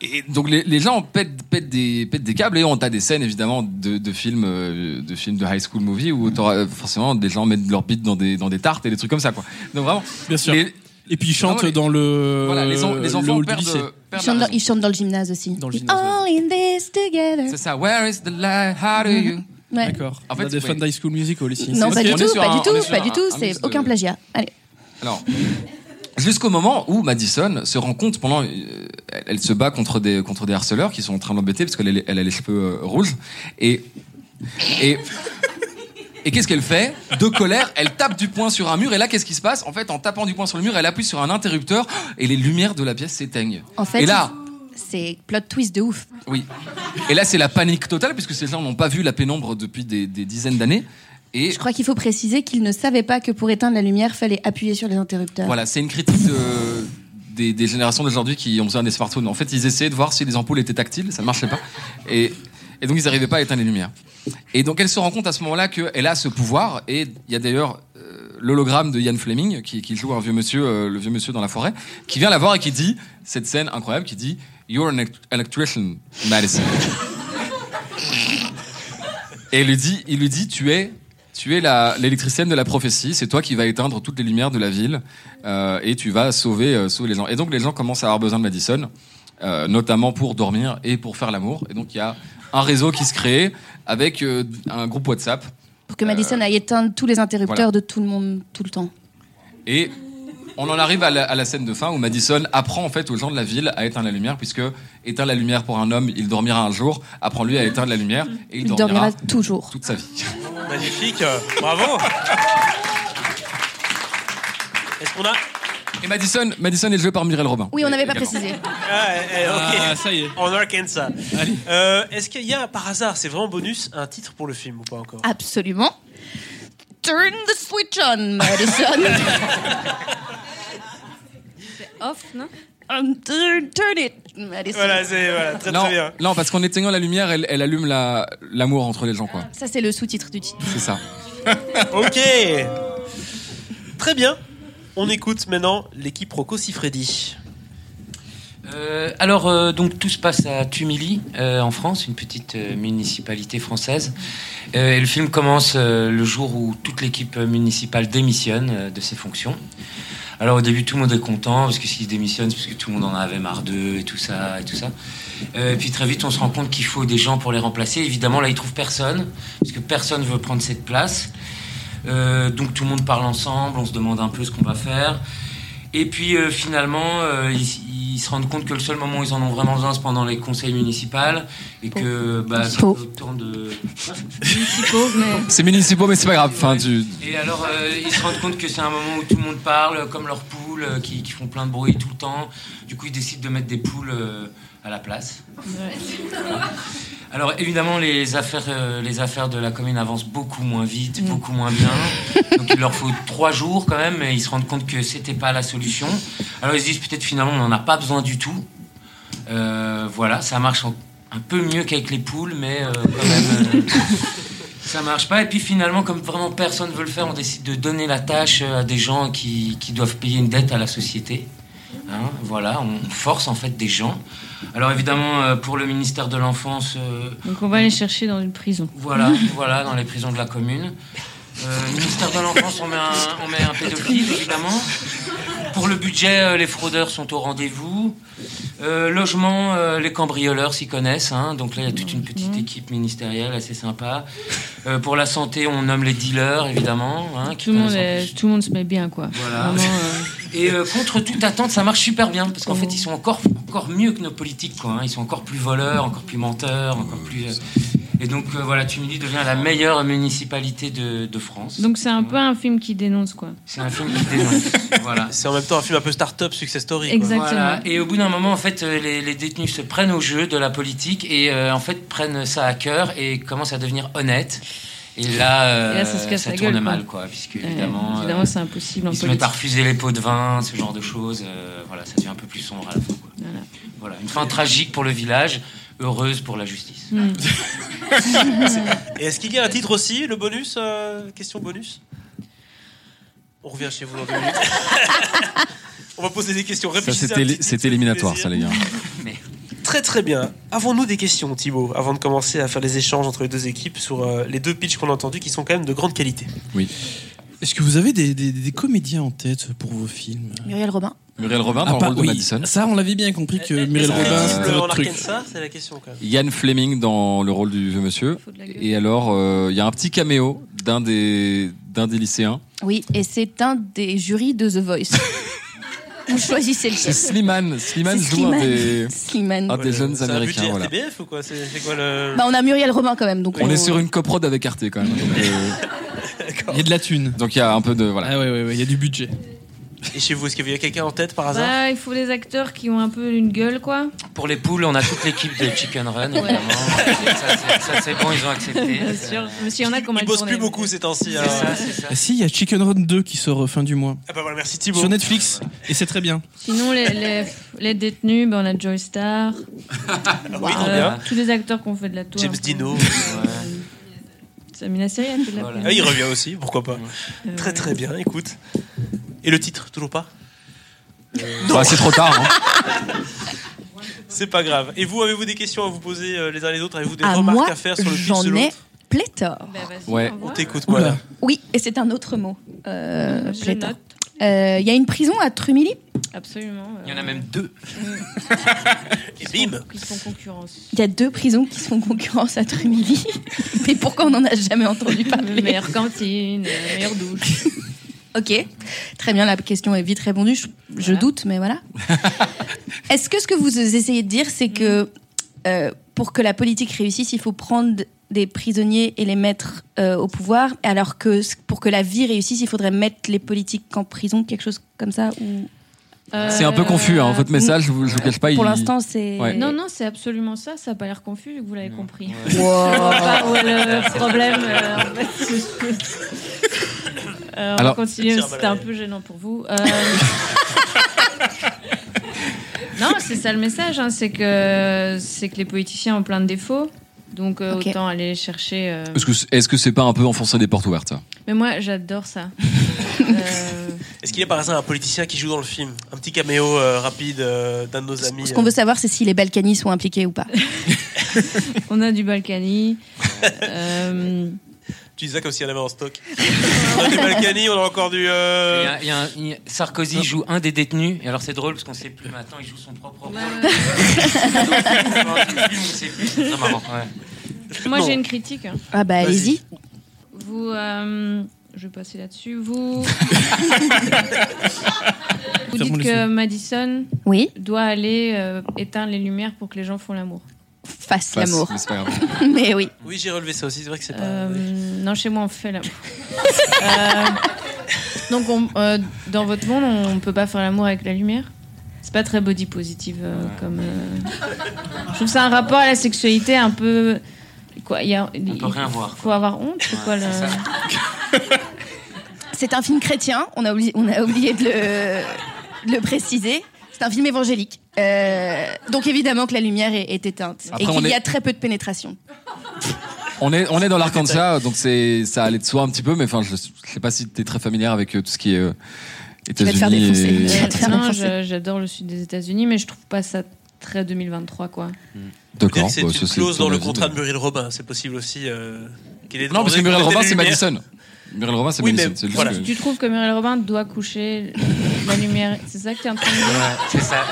S4: et donc les, les gens pètent, pètent des, pètent des câbles et on a des scènes évidemment de, de films, euh, de films de high school movie où t'auras, euh, forcément des gens mettent leur bite dans des, dans des tartes et des trucs comme ça quoi. Donc vraiment,
S3: Bien sûr.
S4: les,
S3: Et puis ils chantent
S4: Non, mais-
S3: dans le.
S4: voilà, les, en- les
S3: le
S4: enfants
S3: hall du
S4: perdent,
S3: lycée.
S4: euh, perdent
S6: Ils
S4: la
S6: chantent, dans,
S4: raison.
S6: ils chantent dans le gymnase aussi.
S3: Dans le
S6: We
S3: gymnase,
S6: All in this together.
S4: C'est ça. Where is the light? How do you?
S6: Ouais.
S3: D'accord.
S4: En
S3: En
S4: fait,
S3: fait, des
S4: oui.
S3: fans d'High School Musical ici.
S6: Non,
S4: C'est-
S6: pas
S4: on
S6: du
S4: est
S6: tout,
S4: sur
S6: pas
S4: un-
S6: du
S4: on est
S6: tout,
S4: sur
S6: pas
S4: un-
S6: du
S3: ah
S6: tout.
S4: un mix
S6: C'est
S4: de-
S6: aucun plagiat. Allez.
S4: Alors, jusqu'au moment où Madison se rend compte pendant, euh, elle, elle se bat contre des contre des harceleurs qui sont en train d'embêter parce qu'elle a les- elle a les cheveux euh, rouges et et et qu'est-ce qu'elle fait De colère, elle tape du poing sur un mur et là qu'est-ce qui se passe En fait, en tapant du poing sur le mur, elle appuie sur un interrupteur et les lumières de la pièce s'éteignent.
S6: En fait,
S4: et là,
S6: c'est plot twist de ouf.
S4: oui. Et là, c'est la panique totale puisque ces gens n'ont pas vu la pénombre depuis des, des dizaines d'années. Et
S6: Je crois qu'il faut préciser qu'ils ne savaient pas que pour éteindre la lumière, fallait appuyer sur les interrupteurs.
S4: Voilà, c'est une critique de- des, des générations d'aujourd'hui qui ont besoin des smartphones. En fait, ils essayaient de voir si les ampoules étaient tactiles, ça ne marchait pas. Et, et donc, ils n'arrivaient pas à éteindre les lumières. Et donc, elle se rend compte à ce moment-là qu'elle a ce pouvoir. Et il y a d'ailleurs euh, l'hologramme de Ian Fleming, qui, qui joue un vieux monsieur, euh, le vieux monsieur dans la forêt, qui vient la voir et qui dit, cette scène incroyable, qui dit You're an elect- electrician, Madison. Et il lui dit, il lui dit, tu es, tu es la- l'électricienne de la prophétie. C'est toi qui vas éteindre toutes les lumières de la ville euh, et tu vas sauver, euh, sauver les gens. Et donc les gens commencent à avoir besoin de Madison, euh, notamment pour dormir et pour faire l'amour. Et donc il y a un réseau qui se crée avec euh, un groupe WhatsApp.
S6: Pour que Madison aille éteindre tous les interrupteurs
S4: voilà.
S6: de tout le monde, tout le temps.
S4: Et on en arrive à la, à la scène de fin où Madison apprend en fait aux gens de la ville à éteindre la lumière, puisque éteindre la lumière pour un homme, il dormira un jour. Apprends lui à éteindre la lumière et il,
S6: Il
S4: dormira,
S6: dormira toujours.
S4: toute sa vie.
S2: Magnifique, euh, bravo. Est-ce qu'on a
S4: Et Madison, Madison est joué par Muriel Robin.
S6: Oui, on n'avait pas
S4: Également.
S6: précisé.
S2: Ah, eh,
S3: Ah,
S2: ok.
S3: ça y est.
S2: En Arkansas.
S3: Allez.
S2: Euh, Est-ce qu'il y a par hasard, c'est vraiment bonus, un titre pour le film ou pas encore
S6: Absolument. Turn the switch on, Madison.
S5: Off, non
S6: Um, turn turn it, Madison.
S2: Voilà, c'est voilà, très
S4: Non,
S2: très bien.
S4: non, parce qu'en éteignant la lumière, elle, elle allume la- l'amour entre les gens, quoi.
S6: Ça, c'est le sous-titre du titre.
S4: C'est ça.
S2: Ok. Très bien. On écoute maintenant l'équipe Rocco Siffredi.
S7: Euh, alors, euh, donc tout se passe à Tumilly, euh, en France, une petite euh, municipalité française. Euh, et le film commence euh, le jour où toute l'équipe municipale démissionne euh, de ses fonctions. Alors au début, tout le monde est content parce que s'ils démissionnent, c'est parce que tout le monde en avait marre d'eux et tout ça et tout ça. Euh, et puis très vite, on se rend compte qu'il faut des gens pour les remplacer. Évidemment, là, ils trouvent personne parce que personne veut prendre cette place. Euh, donc tout le monde parle ensemble, on se demande un peu ce qu'on va faire. Et puis euh, finalement, euh, ils, ils se rendent compte que le seul moment où ils en ont vraiment besoin, c'est pendant les conseils municipaux et que bah, c'est
S6: Pau.
S7: autour de.
S5: Psycho, mais.
S4: C'est municipaux, mais c'est pas grave. Enfin, tu-
S7: Et alors, euh, ils se rendent compte que c'est un moment où tout le monde parle, euh, comme leurs poules, euh, qui, qui font plein de bruit tout le temps. Du coup, ils décident de mettre des poules euh, à la place. Alors, évidemment, les affaires, euh, les affaires de la commune avancent beaucoup moins vite, beaucoup moins bien. Donc, il leur faut trois jours quand même, et ils se rendent compte que c'était pas la solution. Alors, ils se disent peut-être finalement, on n'en a pas besoin du tout. Euh, voilà, ça marche en- un peu mieux qu'avec les poules, mais euh, quand même. euh, ça marche pas. Et puis finalement, comme vraiment personne veut le faire, on décide de donner la tâche euh, à des gens qui, qui doivent payer une dette à la société. Hein, voilà, on force en fait des gens. Alors évidemment, euh, pour le ministère de l'Enfance, euh,
S5: Donc on va aller chercher dans une prison.
S7: voilà, voilà, dans les prisons de la commune. Euh, ministère de l'Enfance, on met, un, on met un pédophile, évidemment. Pour le budget, euh, les fraudeurs sont au rendez-vous. Euh, logement, euh, les cambrioleurs s'y connaissent. hein. donc là, il y a toute une petite
S5: Mhm.
S7: équipe ministérielle assez sympa. Euh, pour la santé, on nomme les dealers, évidemment. hein, qui
S5: Tout le, monde
S7: connaissent en
S5: est- tout le monde se met bien, quoi.
S7: Voilà.
S5: Vraiment, euh,
S7: plus. Et euh, contre toute attente, ça marche super bien. Parce qu'en
S5: Oh.
S7: fait, ils sont encore, encore mieux que nos politiques. Quoi, hein. Ils sont encore plus voleurs, encore plus menteurs, encore plus. euh, Et donc, euh, voilà, Tumuli devient la meilleure municipalité de, de France.
S5: Donc c'est un peu un film qui dénonce, quoi.
S7: C'est un film qui dénonce. voilà.
S2: C'est en même temps un film un peu start-up, success story. quoi.
S5: Exactement.
S7: Voilà. Et au bout d'un moment, en fait, euh, les, les détenus se prennent au jeu de la politique et euh, en fait prennent ça à cœur et commencent à devenir honnêtes. Et là, euh,
S5: Et là, ça se casse la
S7: tourne
S5: gueule, quoi.
S7: mal, quoi, puisque
S5: Ouais,
S7: évidemment, euh,
S5: Eh, évidemment, c'est impossible en
S7: ils se mettent à
S5: politique.
S7: refuser les pots de vin, ce genre de choses. euh, voilà, ça devient un peu plus sombre à la fin. quoi.
S5: Voilà.
S7: Voilà, une fin tragique pour le village, heureuse pour la justice.
S2: Et est-ce qu'il y a un titre aussi, le bonus euh, Question bonus On revient chez vous dans deux minutes. On va poser des questions.
S4: Ça,
S2: Réfléchissez
S4: c'était
S2: un petit peu, ça
S4: c'était
S2: fait
S4: éliminatoire,
S2: plaisir.
S4: ça, les gars.
S2: Très très bien. Avons-nous des questions, Thibaut, avant de commencer à faire les échanges entre les deux équipes sur euh, les deux pitchs qu'on a entendus qui sont quand même de grande qualité
S3: Est-ce que vous avez des, des- des comédiens en tête pour vos films
S6: Muriel Robin.
S4: Muriel Robin dans
S3: Ah,
S4: le
S3: pas-
S4: rôle de
S3: oui,
S4: Hein, Madison.
S3: Ça, on l'avait bien compris que Muriel
S2: Est-ce
S3: Robin,
S2: que
S3: c'était
S2: le- on
S3: votre truc.
S2: arcane ça C'est la question quand même.
S4: Yann Fleming dans le rôle du vieux monsieur.
S5: Faut de la gueule.
S4: Et alors, euh, il y a un petit caméo d'un des, d'un des lycéens.
S6: Oui, et c'est un des jurys de The Voice. Vous choisissez le
S4: C'est Ah. Slimane. Slimane joue un des,
S6: Slimane.
S4: un des jeunes
S2: C'est un
S4: américains.
S2: budget
S4: Voilà.
S2: RTBF ou quoi C'est c'est quoi le.
S6: Bah, on a Muriel Robin quand même, donc
S4: On est sur une coprode avec Arte quand même. Donc, euh,
S3: Il y a de la thune.
S4: donc il y a un peu de. Voilà.
S3: Ah ouais, ouais, ouais, il y a du budget.
S2: Et chez vous, est-ce qu'il y a quelqu'un en tête par hasard
S5: Bah, il faut des acteurs qui ont un peu une gueule, quoi.
S7: Pour les poules, on a toute l'équipe de Chicken Run,
S5: Ouais.
S7: évidemment. Ça, c'est- Ça, c'est bon, ils ont accepté.
S5: Bien sûr. Mais s'il y en a qui ont
S2: Ils
S5: mal
S2: bossent
S5: tourné.
S2: plus beaucoup ces temps-ci. hein.
S7: C'est ça, c'est ça.
S3: Ah si, il y a Chicken Run 2 qui sort euh, fin du mois.
S2: Ah bah voilà, merci Thibaut.
S3: Sur Netflix. Et c'est très bien.
S5: Sinon, les, les, les détenus, bah, on a Joy Star,
S2: Oui, très
S5: euh,
S2: bien.
S5: tous les acteurs qui ont fait de la tour.
S2: James Dino.
S5: Samina Seri a fait de la
S7: Voilà.
S5: tour.
S2: Ah, il revient aussi, pourquoi pas.
S5: Euh,
S2: Très très bien, écoute. Et le titre, toujours pas
S4: Bah, c'est trop tard. hein.
S2: C'est pas grave. Et vous, avez-vous des questions à vous poser euh, les uns les autres Avez-vous des
S6: À
S2: remarques
S6: Ah, moi,
S2: à faire sur le pitch
S6: j'en
S2: de
S6: ai
S2: l'autre
S6: pléthore.
S5: Bah, vas-y,
S4: Ouais.
S5: au
S2: On
S5: revoir.
S2: t'écoute,
S3: Oula.
S2: voilà.
S6: Oui, et c'est un autre mot. Euh,
S5: Je
S6: pléthore.
S5: note,
S6: Euh, Il y a une prison à Trumilly.
S5: absolument. euh,
S7: Il y en a même deux.
S2: Et bim
S5: Qui sont concurrence.
S6: Il y a deux prisons qui sont en concurrence à Trumilly. Mais pourquoi on n'en a jamais entendu parler
S5: Meilleure cantine, euh, meilleure douche.
S6: Ok, très bien, la question est vite répondue. Je, je
S5: Voilà.
S6: doute, mais voilà. Est-ce que ce que vous essayez de dire, c'est
S5: Mm.
S6: que euh, pour que la politique réussisse, il faut prendre des prisonniers et les mettre euh, au pouvoir, alors que c- pour que la vie réussisse, il faudrait mettre les politiques en prison, quelque chose comme ça ou...
S5: Euh,
S4: C'est un peu confus. Hein. Votre message, je vous, je vous cache pas.
S6: Pour
S4: il-
S6: l'instant, c'est...
S4: Ouais.
S5: Non, non, c'est absolument ça. Ça n'a pas l'air confus, vu que vous l'avez compris.
S7: Ouais.
S5: Je vois pas où est le problème. euh, en fait. Euh, on
S4: Alors-
S5: continue, c'était un peu gênant pour vous. Euh, non, c'est ça le message, hein, c'est que c'est que les politiciens ont plein de défauts, donc euh,
S6: Ok.
S5: autant aller chercher. euh,
S4: Est-ce que, c'est- est-ce que c'est pas un peu enfoncer des portes ouvertes ça
S5: Mais moi, j'adore ça. Euh,
S2: Est-ce qu'il y a par hasard un politicien qui joue dans le film Un petit caméo euh, rapide euh, d'un de nos amis
S6: Ce qu'on
S2: euh,
S6: veut savoir, c'est si les Balkanis sont impliqués ou pas.
S5: on a du Balkany. euh,
S2: Tu dis ça comme s'il y en avait en stock. on a du Balkany, on a encore du. euh,
S7: Il y a- il y a un- il y a- Sarkozy joue un des détenus, et alors c'est drôle parce qu'on sait plus maintenant, il joue son propre rôle. on sait plus, c'est très marrant. ouais.
S5: moi,
S2: Non.
S5: j'ai une critique. hein.
S6: Ah bah
S2: Vas-y.
S6: allez-y.
S5: Vous, euh, je vais passer là-dessus. Vous, vous
S3: Fermons
S5: dites
S3: les
S5: que
S3: yeux.
S5: Madison
S6: Oui,
S5: doit aller euh, éteindre les lumières pour que les gens font l'amour.
S6: face
S4: Passe,
S6: l'amour.
S4: mais c'est pas grave.
S6: Mais oui.
S2: Oui, j'ai relevé ça aussi, c'est vrai que c'est pas.
S5: Euh, non, chez moi, on fait l'amour. Euh, donc, on- euh, dans votre monde, on peut pas faire l'amour avec la lumière C'est pas très body positive euh, comme. euh, Je trouve ça un rapport à la sexualité un peu. Quoi, il y a,
S7: On peut rien voir.
S5: Faut avoir honte, c'est quoi le.
S7: c'est ça.
S6: C'est un film chrétien, on a oublié, on a oublié de, le, de le préciser. C'est un film évangélique. Euh, donc évidemment que la lumière est, est éteinte
S4: Après,
S6: et
S4: on
S6: qu'il y
S4: est-
S6: a très peu de pénétration.
S4: On est, on est dans l'Arkansas, donc c'est, ça allait de soi un petit peu, mais enfin, je, je sais pas si t'es très familière avec euh, tout ce qui est euh,
S6: vas te faire
S4: États-Unis.
S6: défoncer.
S4: et-
S6: Tu vas te faire
S5: Euh, Non,
S6: défoncer.
S5: je- j'adore le sud des États-Unis, mais je trouve pas ça très 2023, quoi.
S2: Je veux dire
S4: D'accord.
S2: que c'est
S4: bah,
S2: une
S4: ça,
S2: clause
S4: ton
S2: dans le
S4: avis,
S2: contrat de
S4: mais-
S2: Muriel Robin, c'est possible aussi. euh, qu'il ait
S4: Non, parce
S2: demandé
S4: que Muriel
S2: qu'on
S4: Robin,
S2: éteigne les
S4: c'est
S2: lumières.
S4: Madison. Muriel Robin, c'est
S2: Oui,
S4: Madison.
S2: mais
S4: c'est juste
S2: voilà.
S4: que-
S5: Tu trouves que Muriel Robin doit coucher la lumière C'est ça que tu es en train de dire
S7: Ouais, c'est ça.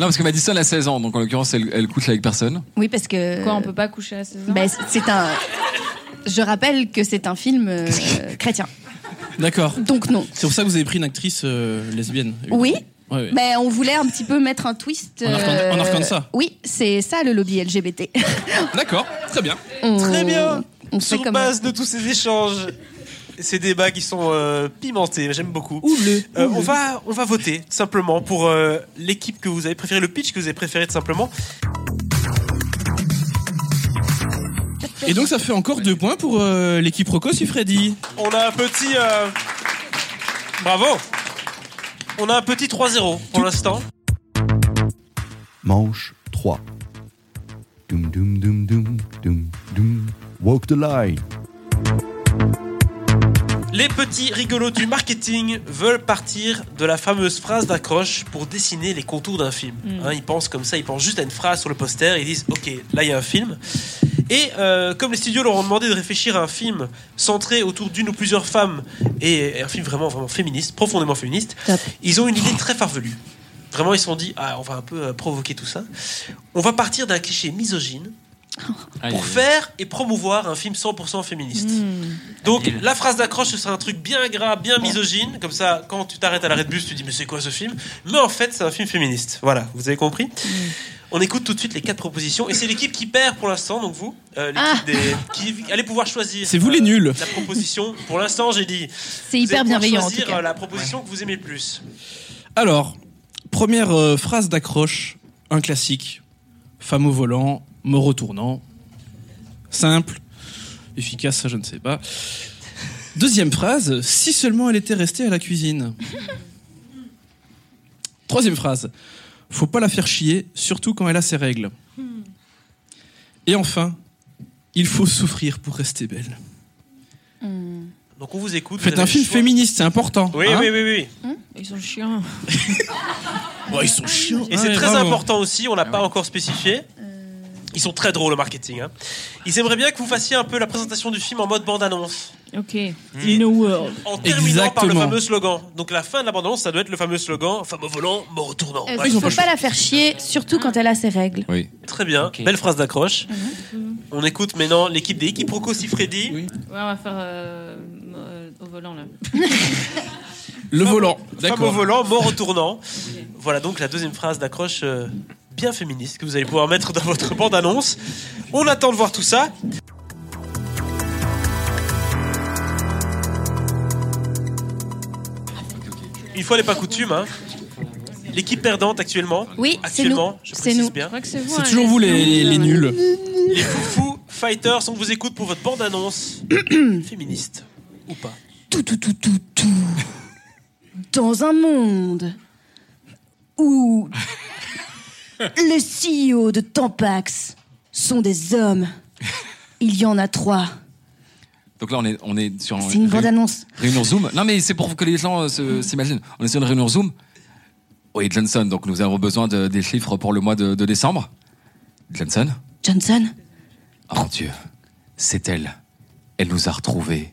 S4: Non, parce que Madison a 16 ans, donc en l'occurrence, elle, elle couche avec personne.
S6: Oui, parce que.
S5: Quoi, on peut pas coucher à 16 ans
S6: Euh, Bah, c'est- c'est un. Je rappelle que c'est un film euh, chrétien.
S3: D'accord.
S6: Donc non.
S3: C'est pour ça que vous avez pris une actrice euh, lesbienne.
S6: Oui.
S3: Ouais, ouais.
S6: Mais Bah, on voulait un petit peu mettre un twist. euh,
S3: En Arkan- en Arkansas.
S6: Oui, c'est ça le lobby LGBT.
S3: D'accord, très bien.
S6: On-
S2: Très bien.
S6: On fait
S2: Sur
S6: comme
S2: base de tous ces échanges, ces débats qui sont euh, pimentés, j'aime beaucoup.
S3: le.
S2: Euh, on, va, on va voter tout simplement pour euh, l'équipe que vous avez préférée, le pitch que vous avez préféré tout simplement.
S3: Et donc ça fait encore deux points pour euh, l'équipe Rocco si Freddy.
S2: On a un petit. euh, Bravo On a un petit 3-0 pour l'instant.
S1: Manche 3. Doum, doum, doum, doum, doum, doum. Walk the line.
S2: Les petits rigolos du marketing veulent partir de la fameuse phrase d'accroche pour dessiner les contours d'un film.
S5: Mm.
S2: Hein, ils pensent comme ça, ils pensent juste à une phrase sur le poster, ils disent ok, là il y a un film. Et euh, comme les studios leur ont demandé de réfléchir à un film centré autour d'une ou plusieurs femmes et, et un film vraiment vraiment féministe, profondément féministe,
S6: Top.
S2: ils ont une idée très farfelue. Vraiment, ils se sont dit ah on va un peu euh, provoquer tout ça. On va partir d'un cliché misogyne pour faire et promouvoir un film 100% féministe.
S5: Hmm.
S2: Donc
S7: Habile.
S2: la phrase d'accroche ce sera un truc bien gras, bien misogyne, comme ça quand tu t'arrêtes à l'arrêt de bus tu dis mais c'est quoi ce film Mais en fait c'est un film féministe. Voilà, vous avez compris
S6: Hmm.
S2: On écoute tout de suite les quatre propositions et c'est l'équipe qui perd pour l'instant donc vous, euh, l'équipe
S5: Ah.
S2: des- qui allez pouvoir choisir. euh,
S3: C'est vous les nuls.
S2: La proposition. Pour l'instant j'ai dit.
S6: C'est hyper
S2: vous allez pouvoir
S6: bienveillant en tout
S2: Choisir
S6: cas.
S2: euh, la proposition que vous aimez le plus.
S3: Alors, première euh, phrase d'accroche, un classique. Femme au volant, mort au tournant. Simple, efficace, ça je ne sais pas. Deuxième phrase, si seulement elle était restée à la cuisine. Troisième phrase, faut pas la faire chier, surtout quand elle a ses règles. Et enfin, il faut souffrir pour rester belle.
S2: Donc on vous écoute.
S3: Faites
S2: vous avez
S3: un
S2: le
S3: film
S2: choix.
S3: féministe, c'est important.
S2: Oui,
S3: hein
S2: oui, oui, oui.
S5: Ils sont chiants.
S3: Ouais, Oh, ils sont chiants.
S2: Et c'est
S3: Ouais,
S2: très
S3: bravo. Ah
S2: important aussi, on l'a pas encore spécifié. Ils sont très drôles au marketing. hein. Ils aimeraient bien que vous fassiez un peu la présentation du film en mode bande-annonce.
S5: Ok.
S3: Mm.
S5: In a world.
S2: En terminant par le
S3: Exactement.
S2: fameux slogan. Donc la fin de la bande-annonce, ça doit être le fameux slogan Femme au volant, mort au tournant.
S6: Euh,
S2: Ouais,
S6: faut pas la faire chier, surtout quand elle a ses règles.
S4: Oui.
S2: Très bien,
S7: Ok.
S2: belle phrase d'accroche.
S6: Mhm.
S2: On écoute maintenant l'équipe des Ikiproko Sifredi.
S3: Oui.
S5: Ouais, on va faire euh, euh, au volant là.
S3: Le volant,
S2: Femme au
S3: d'accord.
S2: volant, mort au tournant. Voilà donc la deuxième phrase d'accroche euh, bien féministe que vous allez pouvoir mettre dans votre bande-annonce. On attend de voir tout ça. Une fois n'est pas coutume, hein. L'équipe perdante actuellement,
S6: Oui, c'est nous.
S2: actuellement, je
S6: C'est
S2: précise
S6: nous.
S5: Je
S2: bien.
S5: crois que c'est vous.
S3: C'est
S5: hein,
S3: toujours vous les, les- les nuls.
S2: Les foufous fighters, on vous écoute pour votre bande-annonce féministe ou pas.
S6: Tout, tout, tout, tout, tout. Dans un monde où les CEO de Tampax sont des hommes, il y en a trois.
S4: Donc là, on est, on est sur un-
S6: C'est une bande-annonce.
S4: réunion Zoom. Non, mais c'est pour que les gens euh, se- s'imaginent. On est sur une réunion Zoom. Oui, Johnson, donc nous avons besoin de- des chiffres pour le mois de, de décembre. Johnson
S6: Johnson
S4: Oh mon Dieu, c'est elle. Elle nous a retrouvés.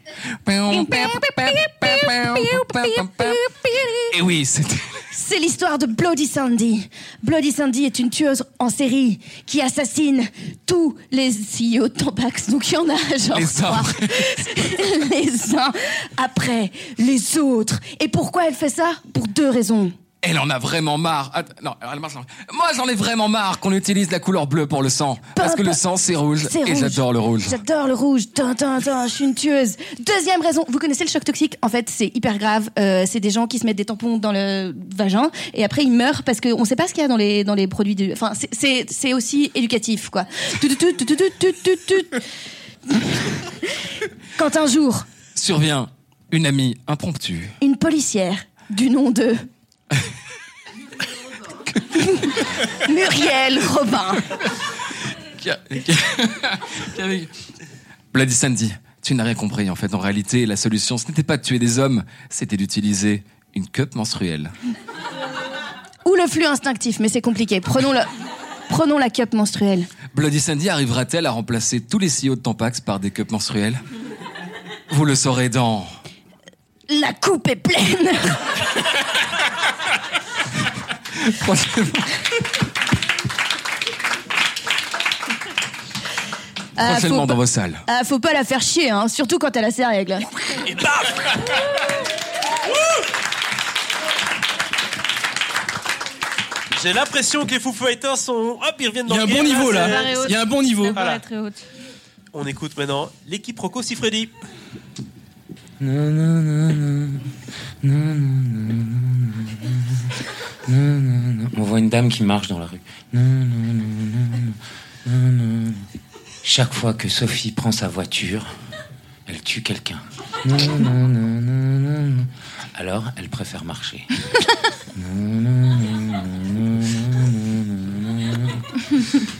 S4: Et oui, c'était.
S6: C'est l'histoire de Bloody Sandy. Bloody Sandy est une tueuse en série qui assassine tous les CEO de Tampax. Donc il y en a genre
S4: Les uns
S6: trois. les uns après les autres. Et pourquoi elle fait ça Pour deux raisons.
S4: Elle en a vraiment marre. Att- non, elle marche. Moi, j'en ai vraiment marre qu'on utilise la couleur bleue pour le sang. Parce que le sang, c'est rouge.
S6: C'est
S4: Et
S6: rouge.
S4: j'adore le rouge.
S6: J'adore le rouge. Tin, tin, tin, je suis une tueuse. Deuxième raison, vous connaissez le choc toxique En fait, c'est hyper grave. Euh, c'est des gens qui se mettent des tampons dans le vagin et après ils meurent parce qu'on ne sait pas ce qu'il y a dans les, dans les produits. du- Enfin, c'est- c'est c'est aussi éducatif, quoi. Tout, tout, tout, tout, tout, tout, tout, tout. Quand un jour,
S4: Survient une amie impromptue.
S6: une policière du nom de. Muriel Robin.
S4: Qui a- qui a- qui avait- Bloody Sandy, tu n'as rien compris. En fait, en réalité, la solution, ce n'était pas de tuer des hommes, c'était d'utiliser une cup menstruelle.
S6: Ou le flux instinctif, mais c'est compliqué. Prenons, le... Prenons la cup menstruelle.
S4: Bloody Sandy arrivera-t-elle à remplacer tous les CEO de Tampax par des cups menstruelles Vous le saurez dans.
S6: La coupe est pleine.
S4: Franchement,
S6: Ah,
S4: Prochainement
S6: faut
S4: dans
S6: pas-
S4: vos salles.
S6: Ah, faut pas la faire chier, hein, surtout quand elle a ses règles.
S2: Et baf J'ai l'impression que les Foo Fighters sont. Hop, ils reviennent dans
S3: Il y a
S2: le
S3: un bon
S2: game,
S3: niveau
S2: c'est-
S3: là. Il y a un bon niveau.
S5: La barre
S2: Voilà.
S5: est très haute.
S2: On écoute maintenant l'équipe Rocco Siffredi.
S7: On voit une dame qui marche dans la rue. Non, non, non, non, non, non, non. Chaque fois que Sophie prend sa voiture, elle tue quelqu'un. Non, non, non, non, non, non. Alors, elle préfère marcher. Non, non, non, non, non, non, non, non.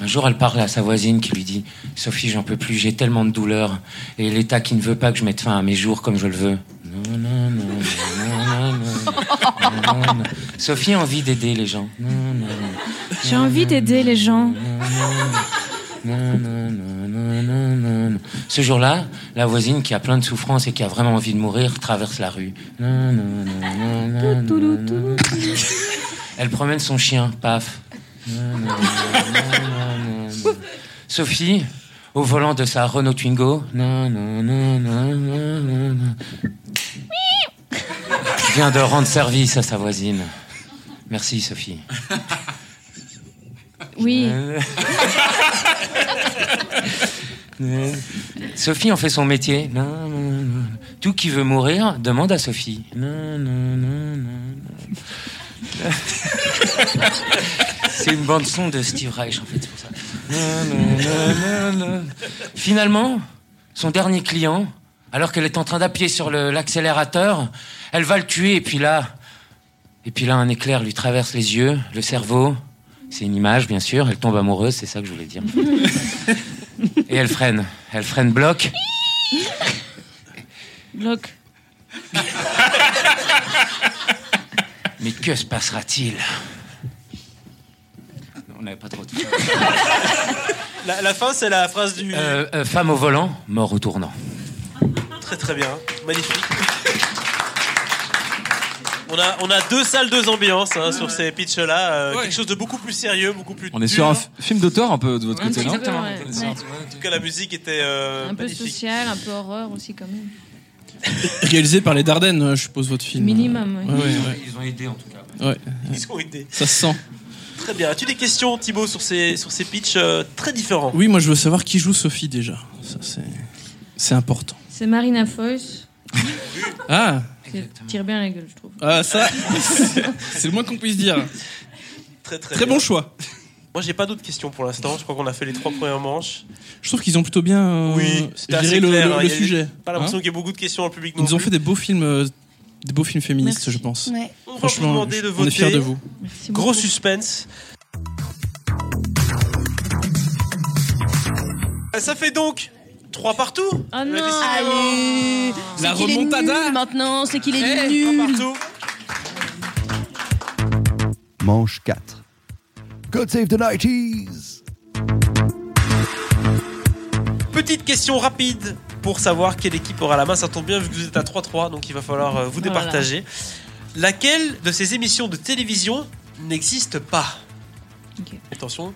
S7: Un jour, elle parle à sa voisine qui lui dit Sophie, j'en peux plus, j'ai tellement de douleurs. Et l'État qui ne veut pas que je mette fin à mes jours comme je le veux. Non, non, non, non, non, non. Sophie a envie d'aider les gens. Non, non,
S5: J'ai
S3: Euh,
S5: envie d'aider les gens.
S7: non, non, non, non, non, non, non. Ce jour-là, la voisine qui a plein de souffrances et qui a vraiment envie de mourir traverse la rue. Non, non, non, non, non, non, non. Elle promène son chien, paf. Non, non, non, non, non, non. Sophie, au volant de sa Renault Twingo. Non, non, non, non, non, non, non. Vient de rendre service à sa voisine. Merci Sophie.
S5: Oui.
S7: Sophie en fait son métier. Non, non, non. Tout qui veut mourir demande à Sophie. Non, non, non, non, non. C'est une bande son de Steve Reich en fait, c'est pour ça. Non, non, non, non, non. Finalement, son dernier client, alors qu'elle est en train d'appuyer sur le- l'accélérateur, elle va le tuer et puis là, et puis là, un éclair lui traverse les yeux, le cerveau. C'est une image, bien sûr. Elle tombe amoureuse, c'est ça que je voulais dire. Et elle freine. Elle freine bloc.
S5: Bloc.
S7: Mais que se passera-t-il On n'avait pas trop de
S2: La, la fin, c'est la phrase du.
S7: Euh, euh, Femme au volant, mort au tournant.
S2: Très très bien, magnifique. On a, on a deux salles, deux ambiances hein, sur ces pitchs-là. euh,
S3: Ouais.
S2: Quelque chose de beaucoup plus sérieux, beaucoup plus
S4: On est
S2: dur.
S4: sur un f- film d'auteur un peu de votre
S5: Un
S4: côté,
S5: petit
S4: non
S5: peu, ouais. Ouais.
S2: En tout cas, la musique était euh,
S5: Un peu
S2: magnifique.
S5: social, un peu horreur aussi quand même.
S3: Réalisé par les Dardennes, euh, je suppose, votre film.
S5: Minimum, oui.
S3: Ouais, ouais,
S7: Ils ont aidé en tout cas.
S3: ouais, ouais.
S2: Ils ont été
S3: Ça se sent.
S2: très bien. As-tu des questions, Thibaut, sur ces, sur ces pitchs euh, très différents
S3: Oui, moi je veux savoir qui joue Sophie déjà. Ça, c'est. C'est important.
S5: C'est Marina Foïs.
S3: Ah,
S5: Tire bien la gueule, je trouve.
S3: ah, ça, c'est le moins qu'on puisse dire.
S2: Très très,
S3: Très
S2: bien.
S3: bon choix.
S2: Moi, j'ai pas d'autres questions pour l'instant. Je crois qu'on a fait les trois premières manches.
S3: Je trouve qu'ils ont plutôt bien euh,
S2: Oui, c'était
S3: géré
S2: assez
S3: le,
S2: clair,
S3: le-
S2: hein,
S3: le
S2: il y a eu
S3: sujet.
S2: Pas l'impression
S3: Hein
S2: qu'il y ait beaucoup de questions en public.
S3: Ils
S2: non
S3: nous ont
S2: plus.
S3: fait des beaux films, euh, des beaux films féministes,
S5: Merci.
S3: je pense.
S6: Ouais.
S2: On va vous
S3: Franchement,
S2: demander de
S3: on est
S2: voter.
S3: fiers de vous.
S5: Merci
S2: Gros
S5: beaucoup.
S2: suspense. Ah, Ça fait donc 3 partout.
S5: Oh non
S6: Allez C'est
S3: La
S6: qu'il est
S3: remontada.
S6: nul maintenant, c'est qu'il est
S2: Eh, trois
S6: nul
S2: partout.
S1: Manche 4. God save the 90s
S2: Petite question rapide pour savoir quelle équipe aura la main. Ça tombe bien vu que vous êtes à 3-3, donc il va falloir euh, vous
S5: Voilà.
S2: départager. Laquelle de ces émissions de télévision n'existe pas
S5: Ok.
S2: Attention.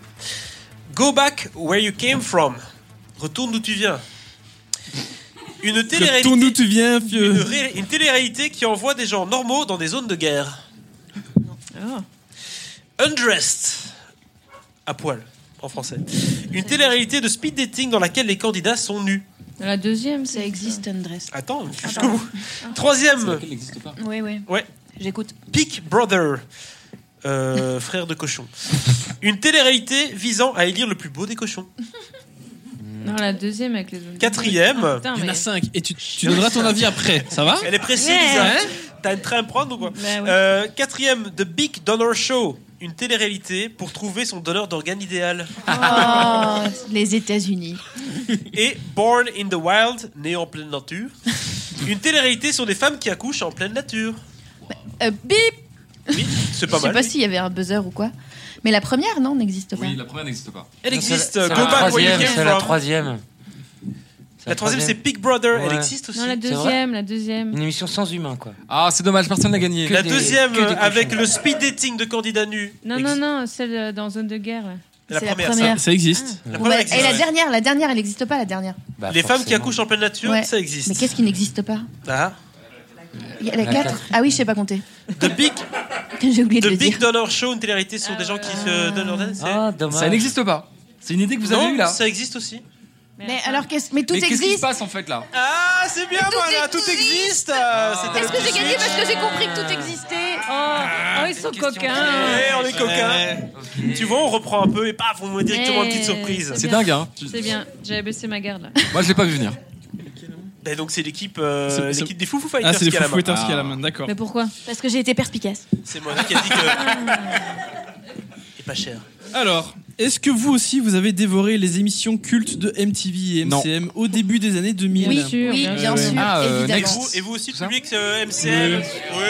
S2: Go back where you came from. Retourne d'où tu viens. Une
S3: Tout nous,
S2: télé-réalité,
S3: tu viens,
S2: une,
S3: vieux.
S2: ré- une télé-réalité qui envoie des gens normaux dans des zones de guerre.
S5: Oh.
S2: Undressed, à poil, en français. Une télé-réalité de speed dating dans laquelle les candidats sont nus.
S5: Dans la deuxième, ça
S6: Ça
S5: existe.
S6: existe, Undress.
S2: Attends, jusqu'au bout. Troisième,
S4: n'existe pas.
S6: Ah, Oui, oui.
S2: Ouais.
S6: J'écoute.
S2: Peak Brother, euh, frère de cochon. Une télé-réalité visant à élire le plus beau des cochons.
S5: Dans la deuxième avec les autres. Ah,
S2: Quatrième,
S5: Putain,
S3: Il y en
S5: mais-
S3: a cinq. Et tu, tu donneras ton avis après, ça va
S2: elle est précise.
S5: Yeah.
S2: hein. T'as une train à me prendre ou quoi
S5: Bah ouais.
S2: Euh, Quatrième, The Big Donor Show, une télé-réalité pour trouver son donneur d'organes idéal.
S6: Oh, les États-Unis.
S2: et Born in the Wild, né en pleine nature. Une télé-réalité sur des femmes qui accouchent en pleine nature.
S6: Euh, bip
S2: Oui, c'est pas
S6: Je sais
S2: mal.
S6: pas s'il y avait un buzzer ou quoi. Mais la première, non, n'existe pas.
S4: Oui, la première n'existe pas.
S2: Elle existe.
S7: C'est
S2: euh,
S7: la
S2: Go back where
S7: troisième,
S2: you
S7: C'est
S2: came
S7: la
S2: from.
S7: troisième. C'est
S2: La troisième, c'est Big Brother. Elle
S7: Ouais.
S2: existe aussi.
S5: Non, la
S7: vrai
S5: deuxième, la deuxième.
S3: Mmh.
S7: Une émission sans humain, quoi.
S4: Ah, c'est dommage, personne n'a gagné.
S2: La
S7: des-
S2: deuxième,
S7: que des
S2: euh, avec
S7: cochons.
S2: le speed dating de candidats nus.
S5: Non,
S2: Ex-
S5: non, non, celle euh, dans Zone de guerre. là.
S2: C'est la
S6: C'est la
S2: première,
S6: première.
S2: ça.
S3: Ça, ça existe.
S2: La
S6: Ouais,
S2: première existe,
S6: et la
S2: ouais.
S6: dernière, la dernière, elle n'existe pas, la dernière.
S7: Bah,
S2: Les femmes qui
S7: forcément.
S2: accouchent en pleine nature,
S6: Ouais.
S2: ça
S6: Mais
S2: existe.
S6: qu'est-ce qui n'existe pas
S2: Ah.
S6: Il y a la
S7: La
S6: 4 Ah oui, je sais pas compter.
S2: The Big,
S6: J'ai oublié de
S2: The
S6: le
S2: Big
S6: dire.
S2: Donor Show, une télé-réalité sur des gens qui
S6: Euh.
S2: se donnent leur tête. c'est-
S7: Ah, dommage.
S4: Ça n'existe pas. C'est une idée que vous avez
S2: euh, non,
S4: eue là.
S2: ça existe aussi.
S6: Mais alors, qu'est-ce- mais tout
S4: Mais qu'est-ce qui se
S6: existe
S4: passe en fait là
S2: Ah, c'est bien,
S6: tout
S2: voilà, tout
S6: existe.
S2: existe. euh, c'était le
S6: Est-ce que
S2: petit
S6: j'ai gagné
S2: switch.
S6: parce que j'ai compris que tout existait
S3: Ah,
S5: Oh, oh, ils sont
S7: une question.
S5: coquins.
S2: Ouais, on est coquins.
S7: Ok.
S2: Tu vois, on reprend un peu et paf, on met directement une petite surprise.
S4: C'est
S5: bien.
S4: dingue, hein
S5: Eh, C'est bien, j'avais baissé ma garde là.
S4: Moi, je l'ai pas vu venir.
S2: Ben donc c'est l'équipe, euh,
S3: C'est- c'est-
S2: l'équipe des Foo Foo
S3: Ah,
S2: Fighters
S3: c'est les
S2: qui a la main.
S3: Foufouters qui a la main, d'accord.
S5: Ah. Mais pourquoi
S6: Parce que j'ai été perspicace.
S2: C'est moi qui a dit que. Et pas cher.
S3: Alors, est-ce que vous aussi, vous avez dévoré les émissions cultes de MTV et
S4: Non.
S3: MCM au début des années 2000
S5: Oui.
S6: Oui,
S5: sûr,
S6: oui,
S5: bien
S6: bien
S3: sûr.
S6: sûr,
S4: Ah, euh,
S2: Et
S6: évidemment.
S4: Next.
S2: vous, et vous aussi, le
S4: Tout ça
S2: public euh, MCM Oui,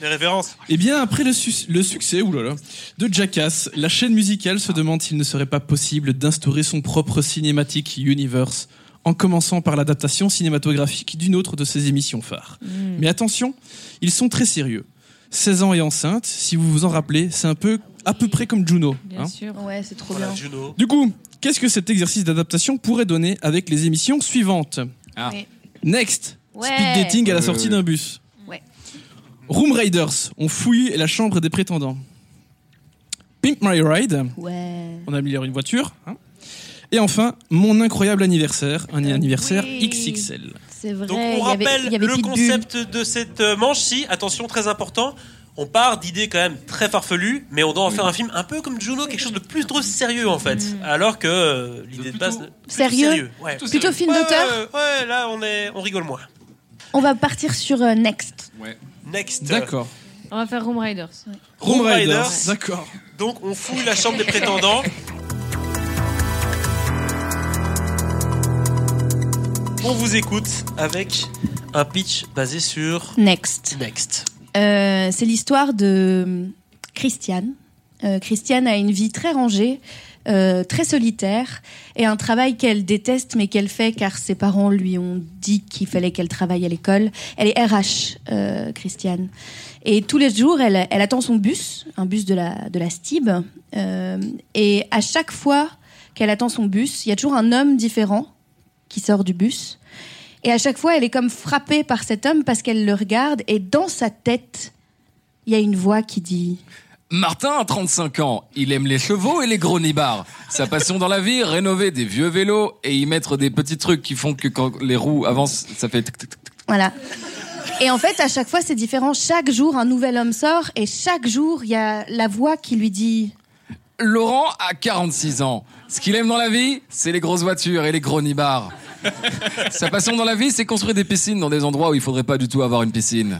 S2: des références.
S3: Eh bien, après le, su- le succès oulala, de Jackass, la chaîne musicale se demande s'il ne serait pas possible d'instaurer son propre cinématique universe, en commençant par l'adaptation cinématographique d'une autre de ses émissions phares.
S5: Hmm.
S3: Mais attention, ils sont très sérieux. 16 ans et enceinte, si vous vous en rappelez, c'est un peu à peu près comme Juno.
S5: Bien
S3: hein.
S5: sûr.
S6: Ouais, c'est trop
S2: Voilà,
S6: bien.
S2: Juno.
S3: Du coup, qu'est-ce que cet exercice d'adaptation pourrait donner avec les émissions suivantes
S4: Ah.
S6: Oui.
S3: Next,
S6: Ouais.
S3: speed dating à la
S4: Euh,
S3: sortie
S4: oui.
S3: d'un bus.
S6: Ouais.
S3: Room Raiders, on fouille la chambre des prétendants. Pimp My Ride,
S6: Ouais.
S3: on améliore une voiture. hein. Et enfin, mon incroyable anniversaire, un anniversaire
S6: oui.
S3: XXL.
S6: C'est vrai.
S2: Donc
S6: il
S2: on
S6: y avait-
S2: rappelle
S6: il y avait
S2: le
S6: Pitbull.
S2: concept de cette euh, manche-ci. Attention, très important. On part d'idées quand même très farfelues, mais on doit en
S6: Mm.
S2: faire un film un peu comme Juno, quelque chose de plus trop sérieux en fait. Alors que euh, l'idée de
S4: plutôt
S2: base. plutôt
S6: sérieux.
S2: ouais.
S4: Plutôt
S6: Plutôt film
S2: Ouais,
S6: d'auteur.
S2: ouais, ouais, là on, est, on rigole moins.
S6: On va partir sur euh, Next.
S4: Ouais.
S2: Next.
S3: D'accord.
S5: On va faire Room Riders.
S3: Room
S2: Room
S3: Raiders,
S2: Raiders.
S3: d'accord.
S2: Donc on fouille la chambre des prétendants. On vous écoute avec un pitch basé sur
S6: Next.
S2: Next.
S6: Euh, c'est l'histoire de euh, Christiane. Euh, Christiane a une vie très rangée, euh, très solitaire, et un travail qu'elle déteste mais qu'elle fait car ses parents lui ont dit qu'il fallait qu'elle travaille à l'école. Elle est RH, euh, Christiane. Et tous les jours, elle, elle attend son bus, un bus de la, de la STIB. euh, et à chaque fois qu'elle attend son bus, il y a toujours un homme différent qui sort du bus. Et à chaque fois, elle est comme frappée par cet homme parce qu'elle le regarde et dans sa tête, il y a une voix qui dit
S4: Martin a 35 ans. Il aime les chevaux et les gros nibards. Sa passion dans la vie, rénover des vieux vélos et y mettre des petits trucs qui font que quand les roues avancent, ça fait. tic, tic, tic, tic.
S6: Voilà. Et en fait, à chaque fois, c'est différent. Chaque jour, un nouvel homme sort et chaque jour, il y a la voix qui lui dit
S4: Laurent a 46 ans. Ce qu'il aime dans la vie, c'est les grosses voitures et les gros nibards. Sa passion dans la vie, c'est construire des piscines dans des endroits où il faudrait pas du tout avoir une piscine.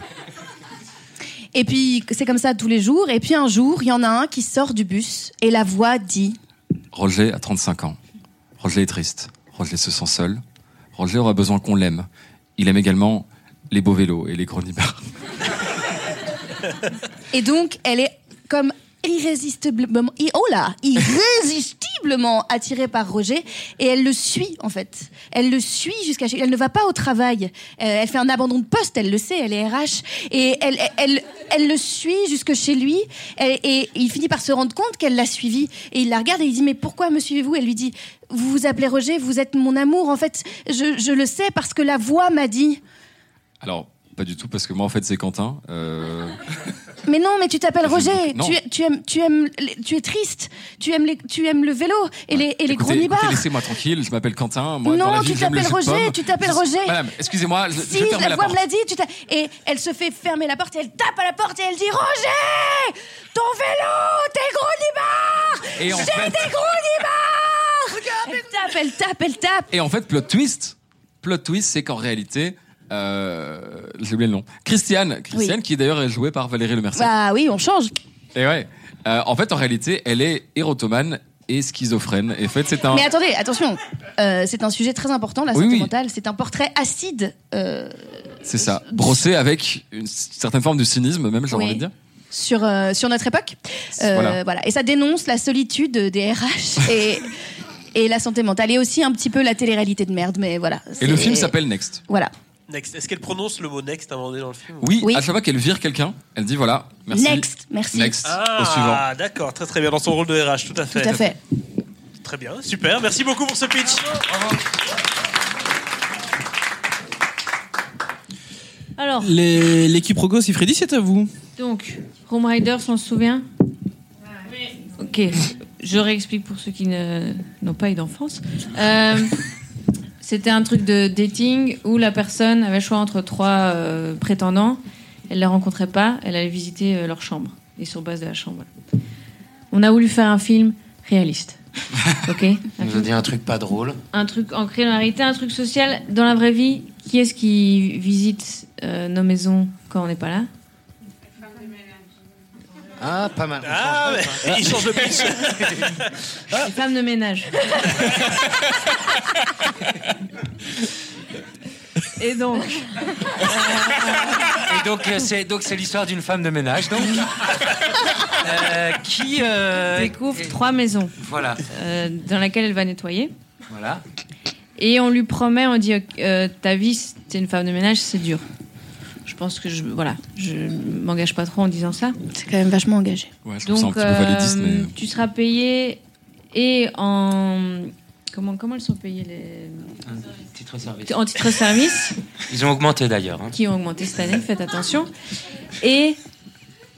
S6: Et puis, c'est comme ça tous les jours. Et puis, un jour, il y en a un qui sort du bus et la voix dit
S4: Roger a 35 ans. Roger est triste. Roger se sent seul. Roger aura besoin qu'on l'aime. Il aime également les beaux vélos et les gros nibards.
S6: Et donc, elle est comme irrésistiblement, i- oh là, irrésistiblement attirée par Roger et elle le suit en fait. Elle le suit jusqu'à chez. Elle ne va pas au travail. Euh, elle fait un abandon de poste. Elle le sait. Elle est RH et elle elle elle, elle le suit jusque chez lui. Elle- et il finit par se rendre compte qu'elle l'a suivi et il la regarde et il dit mais pourquoi me suivez-vous Elle lui dit vous vous appelez Roger, vous êtes mon amour. En fait, je je le sais parce que la voix m'a dit.
S4: Alors, pas du tout, parce que moi, en fait, c'est Quentin. Euh,
S6: Mais non, mais tu t'appelles
S4: Je me
S6: Roger.
S4: doute- non.
S6: Tu, tu aimes, tu aimes, les- tu es triste. Tu aimes, les, tu aimes le vélo et les, et
S4: écoutez,
S6: les gros nibards.
S4: écoutez, Laissez-moi tranquille, je m'appelle Quentin. Moi, dans la
S6: non,
S4: vie,
S6: tu
S4: j'aime les
S6: t'appelles
S4: jus de
S6: Roger.
S4: pomme.
S6: Tu t'appelles Roger.
S4: Madame, excusez-moi, je,
S6: Si
S4: je ferme
S6: la
S4: la
S6: voix
S4: porte.
S6: me l'a dit, tu t'as- et elle se fait fermer la porte et elle tape à la porte et elle dit Roger, ton vélo, tes gros nibards,
S4: Et en
S6: j'ai
S4: fait-
S6: des gros nibards. elle tape, elle tape, elle tape.
S4: Et en fait, plot twist, plot twist, c'est qu'en réalité, euh, j'ai oublié le nom, Christiane, Christiane qui d'ailleurs est jouée par Valérie Lemercier.
S6: Bah oui, on change.
S4: Et ouais, Euh, en fait, en réalité, elle est érotomane et schizophrène. Et en fait, c'est un.
S6: Mais attendez, attention, Euh, c'est un sujet très important, la santé
S4: Ah. Oui, oui.
S6: mentale. C'est un portrait acide. euh,
S4: C'est ça, brossé avec une certaine forme de cynisme, même, j'ai
S6: Oui.
S4: envie de dire.
S6: sur, euh, sur notre époque. Euh, voilà.
S4: Voilà.
S6: Et ça dénonce la solitude des RH et, et la santé mentale. Et aussi un petit peu la télé-réalité de merde, mais voilà.
S4: Et
S6: c'est-
S4: le film s'appelle Next.
S6: Voilà.
S2: Next. Est-ce qu'elle prononce le mot next à un moment donné dans le film
S4: Oui,
S6: Oui.
S4: à chaque fois qu'elle vire quelqu'un, elle dit voilà, merci.
S6: Next, merci.
S4: Next, au suivant.
S2: Ah, d'accord, très très bien, dans son rôle de RH, tout à
S6: Tout
S2: fait.
S6: à fait.
S2: Très bien, super, merci beaucoup pour ce pitch.
S5: Alors,
S3: Les- L'équipe Rogos et Freddy, c'est à vous.
S5: donc, Home Rider s'en souvient Ok, je réexplique pour ceux qui ne- n'ont pas eu d'enfance. Euh, C'était un truc de dating où la personne avait le choix entre trois euh, prétendants. Elle ne les rencontrait pas, elle allait visiter euh, leur chambre. Et sur base de la chambre. voilà. On a voulu faire un film réaliste. Ok Un
S7: On nous
S5: film
S7: a dit un truc pas drôle.
S5: un truc ancré dans la réalité, un truc social. Dans la vraie vie, qui est-ce qui visite euh, nos maisons quand on n'est pas là
S7: Ah, pas mal.
S2: Ah, mais il change de pitch.
S5: Les femmes de ménage. Et donc,
S7: Et donc, euh, c'est donc c'est l'histoire d'une femme de ménage, donc euh, qui euh,
S5: on découvre
S7: et-
S5: trois maisons
S7: Voilà,
S5: euh, dans lesquelles elle va nettoyer.
S7: voilà.
S5: Et on lui promet, on dit Ok, euh, ta vie, si t'es une femme de ménage, c'est dur. Je pense que je, voilà, je m'engage pas trop en disant ça.
S6: C'est quand même vachement engagé.
S4: Ouais, je trouve ça un
S5: Donc,
S4: petit peu validiste,
S5: euh,
S4: mais.
S5: tu seras payé et en. Comment, comment elles sont payées les...
S7: Un titre service.
S5: En titre service,
S7: Ils ont augmenté d'ailleurs. hein.
S5: qui ont augmenté cette année, faites attention. Et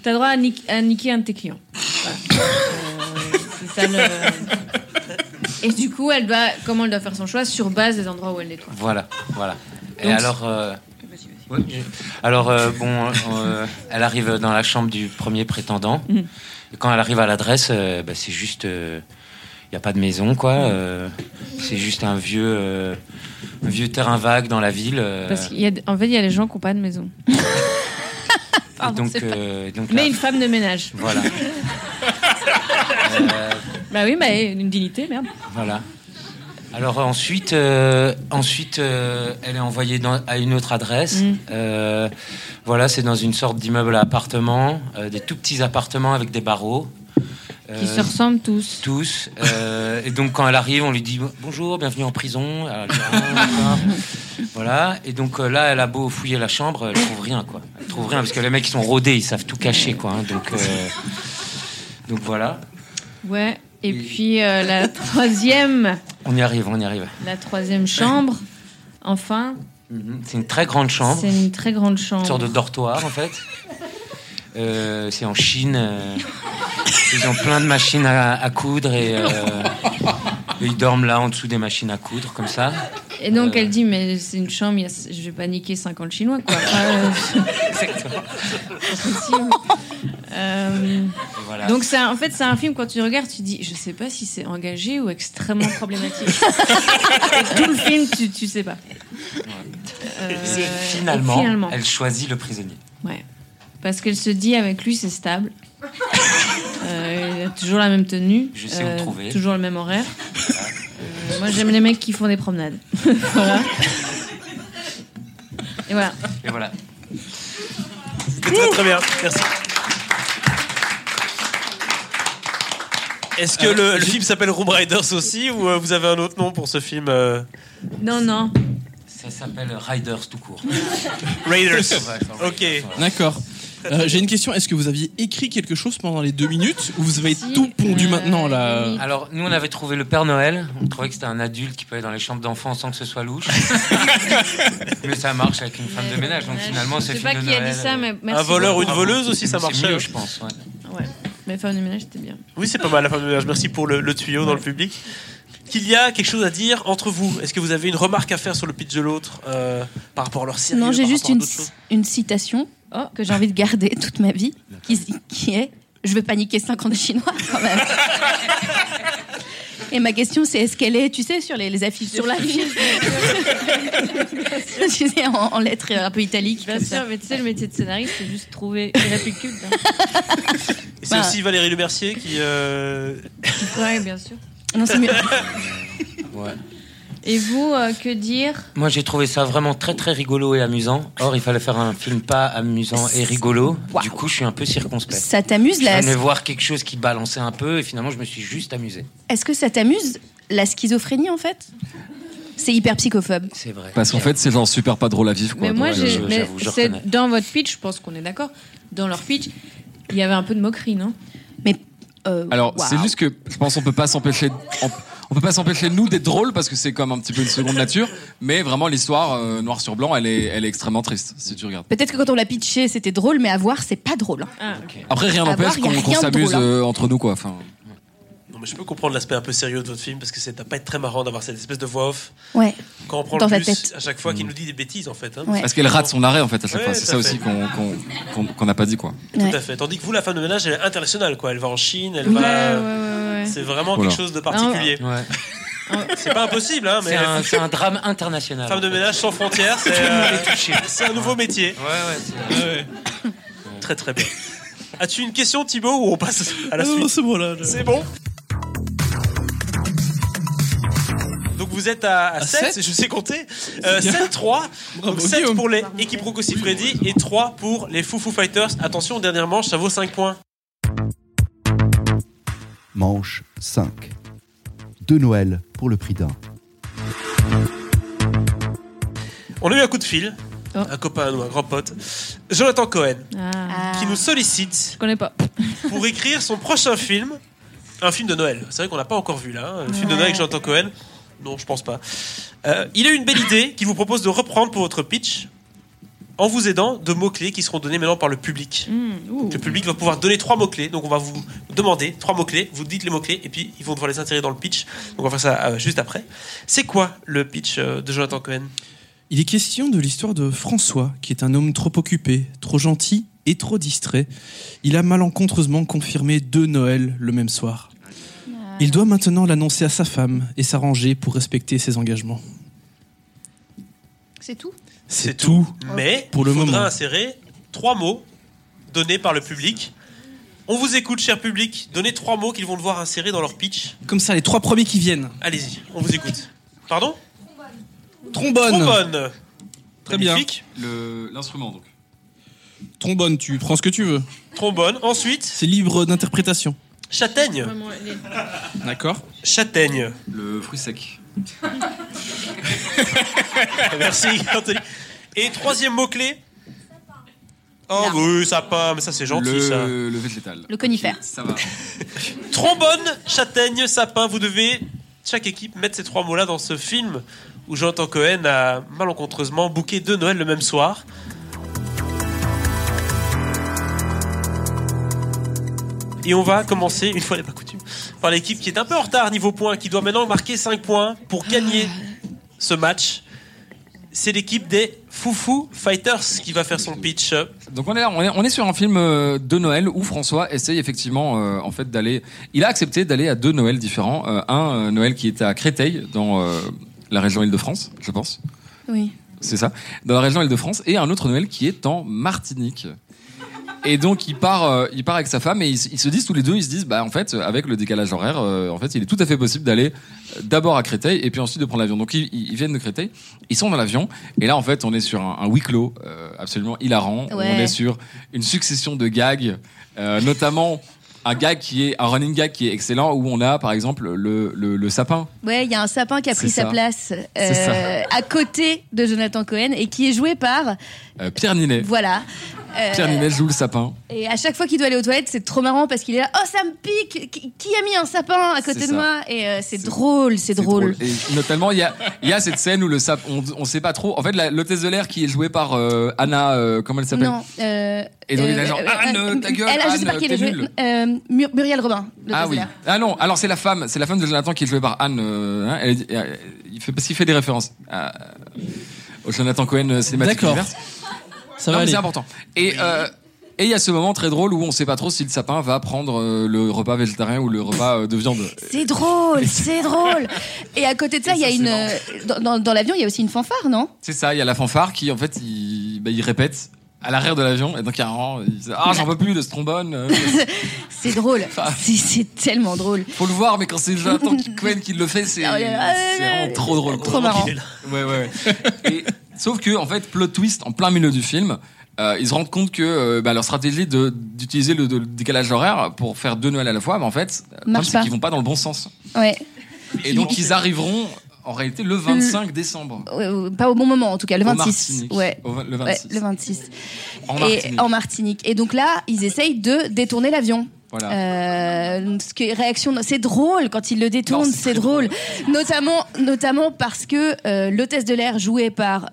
S5: tu as droit à, nique- à niquer un de tes clients. Voilà. Euh, c'est ça le- Et du coup, elle doit, comment elle doit faire son choix Sur base des endroits où elle nettoie.
S7: Voilà, voilà. Et
S5: Donc,
S7: alors, euh, ouais, je- alors euh, bon, euh, elle arrive dans la chambre du premier prétendant.
S5: Mhm.
S7: Et quand elle arrive à l'adresse, euh, bah, c'est juste, il n'y a pas de maison, quoi.
S5: Mm.
S7: euh, c'est juste un vieux, euh, un vieux terrain vague dans la ville. euh,
S5: Parce qu'il y a, en fait, il y a des gens qui n'ont pas de maison.
S7: et
S5: Pardon,
S7: donc,
S5: c'est pas-
S7: euh, donc là,
S5: Mais une femme de ménage.
S7: voilà. Euh,
S5: Bah oui, mais une dignité, merde.
S7: Voilà. Alors euh, ensuite, euh, ensuite euh, elle est envoyée dans- à une autre adresse.
S5: Mm.
S7: Euh, voilà, c'est dans une sorte d'immeuble à appartements, euh, des tout petits appartements avec des barreaux. Euh,
S5: Qui se ressemblent tous.
S7: tous. Euh, et donc quand elle arrive, on lui dit bonjour, bienvenue en prison. Alors, elle dit, Ah, d'accord. voilà. Et donc euh, là, elle a beau fouiller la chambre, elle trouve rien quoi. Elle trouve rien parce que les mecs ils sont rodés, ils savent tout cacher quoi. hein. donc euh, donc voilà.
S5: Ouais. Et puis euh, la troisième,
S7: On y arrive, on y arrive.
S5: la troisième chambre, enfin,
S7: Mhm. C'est une très grande chambre.
S5: c'est une très grande
S7: Une sorte de
S5: chambre.
S7: dortoir en fait. Euh, c'est en Chine. euh, ils ont plein de machines à, à coudre et, euh, et ils dorment là en dessous des machines à coudre comme ça.
S5: Et donc
S7: Euh.
S5: elle dit mais c'est une chambre, il y a- je vais pas niquer 50 chinois quoi. Euh, c'est possible. hein. Euh,
S7: Et voilà.
S5: donc c'est un- en fait c'est un film quand tu regardes tu dis je sais pas si c'est engagé ou extrêmement problématique. Et tout le film tu tu sais pas. Euh,
S7: Et
S5: et
S7: finalement,
S5: finalement.
S7: elle choisit le prisonnier.
S5: Ouais. Parce qu'elle se dit avec lui, c'est stable. Euh, il a toujours la même tenue. Euh,
S7: Je sais où le trouver.
S5: Toujours le même horaire. Euh, moi, j'aime les mecs qui font des promenades. voilà. Et voilà.
S7: Et voilà.
S2: Très très bien, merci. Est-ce
S6: Euh,
S2: que le, le film s'appelle Room Riders aussi ou euh, vous avez un autre nom pour ce film euh,
S5: Non, non.
S7: Ça s'appelle Riders tout court.
S2: Raiders Ok.
S3: D'accord. Euh, J'ai une question. Est-ce que vous aviez écrit quelque chose pendant les deux minutes ou vous avez
S5: Si,
S3: tout pondu
S5: euh,
S3: maintenant là
S5: oui.
S7: Alors, nous, on avait trouvé le Père Noël. On trouvait que c'était un adulte qui peut aller dans les chambres d'enfants sans que ce soit louche. mais ça marche avec une femme de ménage. Donc, finalement,
S5: je
S7: c'est
S5: sais pas
S7: film de
S5: qui a
S7: Noël,
S5: dit ça,
S7: euh,
S5: mais merci.
S2: Un voleur ou une
S5: beaucoup.
S2: voleuse aussi, ça
S7: c'est
S2: marchait.
S7: mieux, je pense. ouais.
S5: Ouais. Mais femme de ménage, c'était bien.
S2: Oui, c'est pas mal la femme de ménage. Merci pour le, le tuyau dans le public. Qu'il y a quelque chose à dire entre vous Est-ce que vous avez une remarque à faire sur le pitch de l'autre euh, par rapport à leur série
S6: Non, j'ai juste une, une citation
S5: Oh.
S6: que j'ai envie de garder toute ma vie, qui, qui est Je vais paniquer 50 Chinois quand même. Et ma question, c'est est-ce qu'elle est, tu sais, sur les, les affiches sur la ville Tu sais, en, en lettres un peu italiques.
S5: Bien
S6: comme ça.
S5: sûr, mais tu sais, le métier de scénariste, c'est juste trouver une répicule. Hein.
S2: Et c'est
S6: Bah.
S2: aussi Valérie Le Mercier qui. euh,
S5: Ouais, bien sûr.
S6: Non, c'est mieux.
S7: Ouais.
S5: Et vous, euh, que dire
S7: Moi, j'ai trouvé ça vraiment très très rigolo et amusant. Or, il fallait faire un film pas amusant et rigolo.
S6: Waouh.
S7: Du coup, je suis un peu circonspect.
S6: Ça t'amuse
S7: Je
S6: la...
S7: venais voir quelque chose qui balançait un peu et finalement, je me suis juste amusé.
S6: Est-ce que ça t'amuse la schizophrénie en fait C'est hyper psychophobe.
S7: C'est vrai.
S4: Parce qu'en fait, c'est genre super pas drôle à vivre. Quoi.
S5: Mais moi,
S4: Donc,
S5: j'ai-
S4: euh,
S5: mais
S7: j'avoue, je
S5: c'est
S7: reconnais.
S5: dans votre pitch, je pense qu'on est d'accord. Dans leur pitch, il y avait un peu de moquerie, non
S6: Euh,
S4: Alors,
S6: waouh.
S4: c'est juste que je pense qu'on peut pas s'empêcher. On, on peut pas s'empêcher nous d'être drôle parce que c'est comme un petit peu une seconde nature. Mais vraiment, l'histoire euh, noir sur blanc, elle est, elle est extrêmement triste si tu regardes.
S6: Peut-être que quand on l'a pitché, c'était drôle, mais à voir, c'est pas drôle. hein.
S5: Ah.
S4: Après, rien
S6: À voir,
S4: n'empêche
S6: y a
S4: qu'on qu'on
S6: rien de
S4: s'amuse
S6: drôle, hein.
S4: euh, entre nous, quoi. Enfin,
S2: Non, mais je peux comprendre l'aspect un peu sérieux de votre film parce que ça doit pas être très marrant d'avoir cette espèce de voix off
S6: Ouais.
S2: quand on prend
S6: Dans
S2: le
S6: ta
S2: bus
S6: tête.
S2: à chaque fois qu'il nous dit des bêtises en fait. hein.
S6: Ouais.
S4: parce qu'elle rate son arrêt en fait à chaque
S2: Ouais,
S4: fois. C'est
S2: tout
S4: ça
S2: à
S4: aussi
S2: fait.
S4: qu'on qu'on- qu'on- qu'on n'a pas dit quoi.
S6: ouais.
S2: Tout à fait. Tandis que vous, la femme de ménage, elle est internationale quoi. Elle va en Chine, elle
S5: Ouais, ouais,
S7: Bah,
S2: va.
S5: ouais, ouais.
S2: C'est vraiment
S4: Voilà.
S2: quelque chose de particulier.
S7: Ouais.
S2: C'est pas impossible, hein, mais
S7: C'est un, c'est un drame international.
S2: femme de
S7: en fait.
S2: ménage sans frontières, c'est euh, c'est un nouveau métier.
S7: Ouais, ouais. c'est-
S2: Très très bien. As-tu une question Thibaut ou on passe à la
S3: Non, non,
S2: suite
S3: c'est bon là. je-
S2: C'est bon donc vous êtes à, 7,
S3: sept
S2: je sais compter. Euh, 7-3.
S3: Bravo,
S2: Donc 7
S3: Guillaume.
S2: pour les équipes Rocco Freddy et 3 pour les Foo Foo Fighters. Attention, dernière manche, ça vaut 5 points.
S1: Manche 5. De Noël pour le prix d'un.
S2: On a eu un coup de fil.
S5: Oh.
S2: Un copain à nous, un grand pote. Jonathan Cohen,
S5: Ah.
S6: Ah.
S2: qui nous sollicite
S5: Je connais pas.
S2: pour écrire son prochain film. Un film de Noël. C'est vrai qu'on l'a pas encore vu là. hein. Un film de Noël avec Jonathan Cohen. Non, je pense pas. Euh, il a une belle idée qui vous propose de reprendre pour votre pitch en vous aidant de mots-clés qui seront donnés maintenant par le public.
S5: Hmm, ouh.
S2: Donc, Le public va pouvoir donner trois mots-clés. Donc, on va vous demander trois mots-clés. Vous dites les mots-clés et puis ils vont devoir les insérer dans le pitch. Donc, on va faire ça euh, juste après. C'est quoi le pitch euh, de Jonathan Cohen
S3: Il est question de l'histoire de François, qui est un homme trop occupé, trop gentil et trop distrait. Il a malencontreusement confirmé deux Noëls le même soir.
S5: Euh.
S3: Il doit maintenant l'annoncer à sa femme et s'arranger pour respecter ses engagements.
S6: C'est tout
S3: C'est tout.
S2: Mais
S3: Pour le
S2: il faudra
S3: moment.
S2: insérer trois mots donnés par le public. On vous écoute, cher public. Donnez trois mots qu'ils vont devoir insérer dans leur pitch.
S3: Comme ça, les trois premiers qui viennent.
S2: Allez-y, on vous écoute. Pardon
S3: Trombone.
S2: Trombone.
S3: Très bien.
S2: Magnifique.
S4: Le- L'instrument donc.
S3: Trombone, tu prends ce que tu veux.
S2: Trombone. Ensuite,
S3: C'est libre d'interprétation.
S2: châtaigne.
S5: Vraiment, les-
S3: D'accord.
S2: Châtaigne.
S4: Le fruit sec.
S2: Merci, Anthony. Et troisième mot-clé Oh oui, sapin, mais ça c'est gentil
S4: le,
S2: ça.
S4: le végétal.
S6: Le conifère.
S4: Ok, Ça va.
S2: Trombone, châtaigne, sapin, vous devez, chaque équipe, mettre ces trois mots-là dans ce film où Jonathan Cohen a malencontreusement bouqué deux Noël le même soir. Et on va commencer, une fois n'est pas coutume, par l'équipe qui est un peu en retard niveau points, qui doit maintenant marquer 5 points pour gagner ce match. C'est l'équipe des Foufou Fighters qui va faire son pitch.
S6: Ah.
S4: Donc on est là, on est, on est sur un film euh, de Noël où François essaye effectivement euh, en fait d'aller. Il a accepté d'aller à deux Noëls différents. Euh, un euh, Noël qui était à Créteil dans euh, la région Île-de-France, je pense.
S6: Oui.
S4: C'est ça, dans la région Île-de-France, et un autre Noël qui est en Martinique. Et donc il part, euh, il part avec sa femme et ils, ils se disent tous les deux, ils se disent, bah en fait, avec le décalage horaire, euh, en fait, il est tout à fait possible d'aller euh, d'abord à Créteil et puis ensuite de prendre l'avion. Donc ils, ils viennent de Créteil, ils sont dans l'avion et là en fait, on est sur un, un huis clos euh, absolument hilarant.
S6: Ouais.
S4: On est sur une succession de gags, euh, notamment un gag qui est un running gag qui est excellent où on a par exemple le, le, le sapin.
S6: Ouais, il y a un sapin qui a pris
S4: C'est
S6: sa
S4: ça.
S6: place
S4: C'est ça.
S6: euh, à côté de Jonathan Cohen et qui est joué par.
S4: Euh, Pierre Ninet.
S6: Voilà. Euh,
S4: Pierre Ninet joue le sapin.
S6: et à chaque fois qu'il doit aller aux toilettes, c'est trop marrant parce qu'il est là. Oh, ça me pique Qui qui a mis un sapin à côté
S4: C'est ça.
S6: de moi Et euh, c'est
S4: C'est-
S6: drôle, c'est drôle.
S4: Et notamment, il y a, il y a cette scène où le sap, on, on sait pas trop. En fait, la- l'hôtesse de l'air qui est jouée par euh, Anna, euh, comment elle s'appelle
S6: Non. euh,
S4: Et donc, il est
S6: euh,
S4: genre,
S6: euh,
S4: Anne,
S6: euh,
S4: ta gueule,
S6: elle a- je sais
S4: Anne,
S6: pas qui elle
S4: t'es
S6: est jouée.
S4: nulle.
S6: Euh, Mur- Muriel Robin. le
S4: Ah oui.
S6: Brésilien.
S4: Ah non. Alors c'est la femme, c'est la femme de Jonathan qui est jouée par Anne. euh, hein, elle- elle- il fait parce qu'il fait des références à, au Jonathan Cohen euh, cinématique.
S3: D'accord.
S4: Universe.
S3: Ça va
S4: Non, mais
S3: aller.
S4: c'est important. Et euh, et il y a ce moment très drôle où on sait pas trop si le sapin va prendre euh, le repas végétarien ou le repas euh, de viande.
S6: C'est drôle, c'est drôle. Et à côté de ça,
S4: Et
S6: il y a
S4: ça,
S6: une.
S4: c'est
S6: euh, Dans, dans- dans l'avion, il y a aussi une fanfare, non
S4: C'est ça, il y a la fanfare qui, en fait, il, bah, il répète à l'arrière de l'avion. Et donc, il y a un rang. il dit, Ah, j'en peux plus de ce trombone. euh,
S6: C'est drôle. C'est- C'est tellement drôle.
S4: Faut le voir, mais quand c'est Jonathan qui- Cohen qui le fait, c'est
S6: Ah ouais, ouais, ouais,
S4: c'est vraiment
S6: ouais.
S4: trop drôle.
S6: Trop marrant.
S2: Il est là.
S4: Ouais, ouais, ouais. Et, sauf que, en fait, plot twist, en plein milieu du film, euh, ils se rendent compte que euh, bah, leur stratégie de- d'utiliser le, de- le décalage horaire pour faire deux Noëls à la fois, mais en bah, fait, le problème,
S6: Marche
S4: c'est
S6: pas.
S4: qu'ils vont pas dans le bon sens.
S6: Ouais.
S4: Et donc, ils arriveront en réalité le 25 décembre.
S6: Euh, pas au bon moment en tout cas, le
S4: Au
S6: 26.
S4: Martinique.
S6: Ouais.
S4: Au- le
S6: Ouais,
S4: 26.
S6: le 26.
S4: En
S6: Et
S4: Martinique.
S6: en Martinique. Et donc là, ils essayent de détourner l'avion.
S4: Voilà.
S6: Euh, ce qui- réaction, c'est drôle quand ils le détournent,
S4: Non, c'est
S6: c'est
S4: très
S6: drôle. Notamment, notamment parce que euh, l'hôtesse de l'air jouée par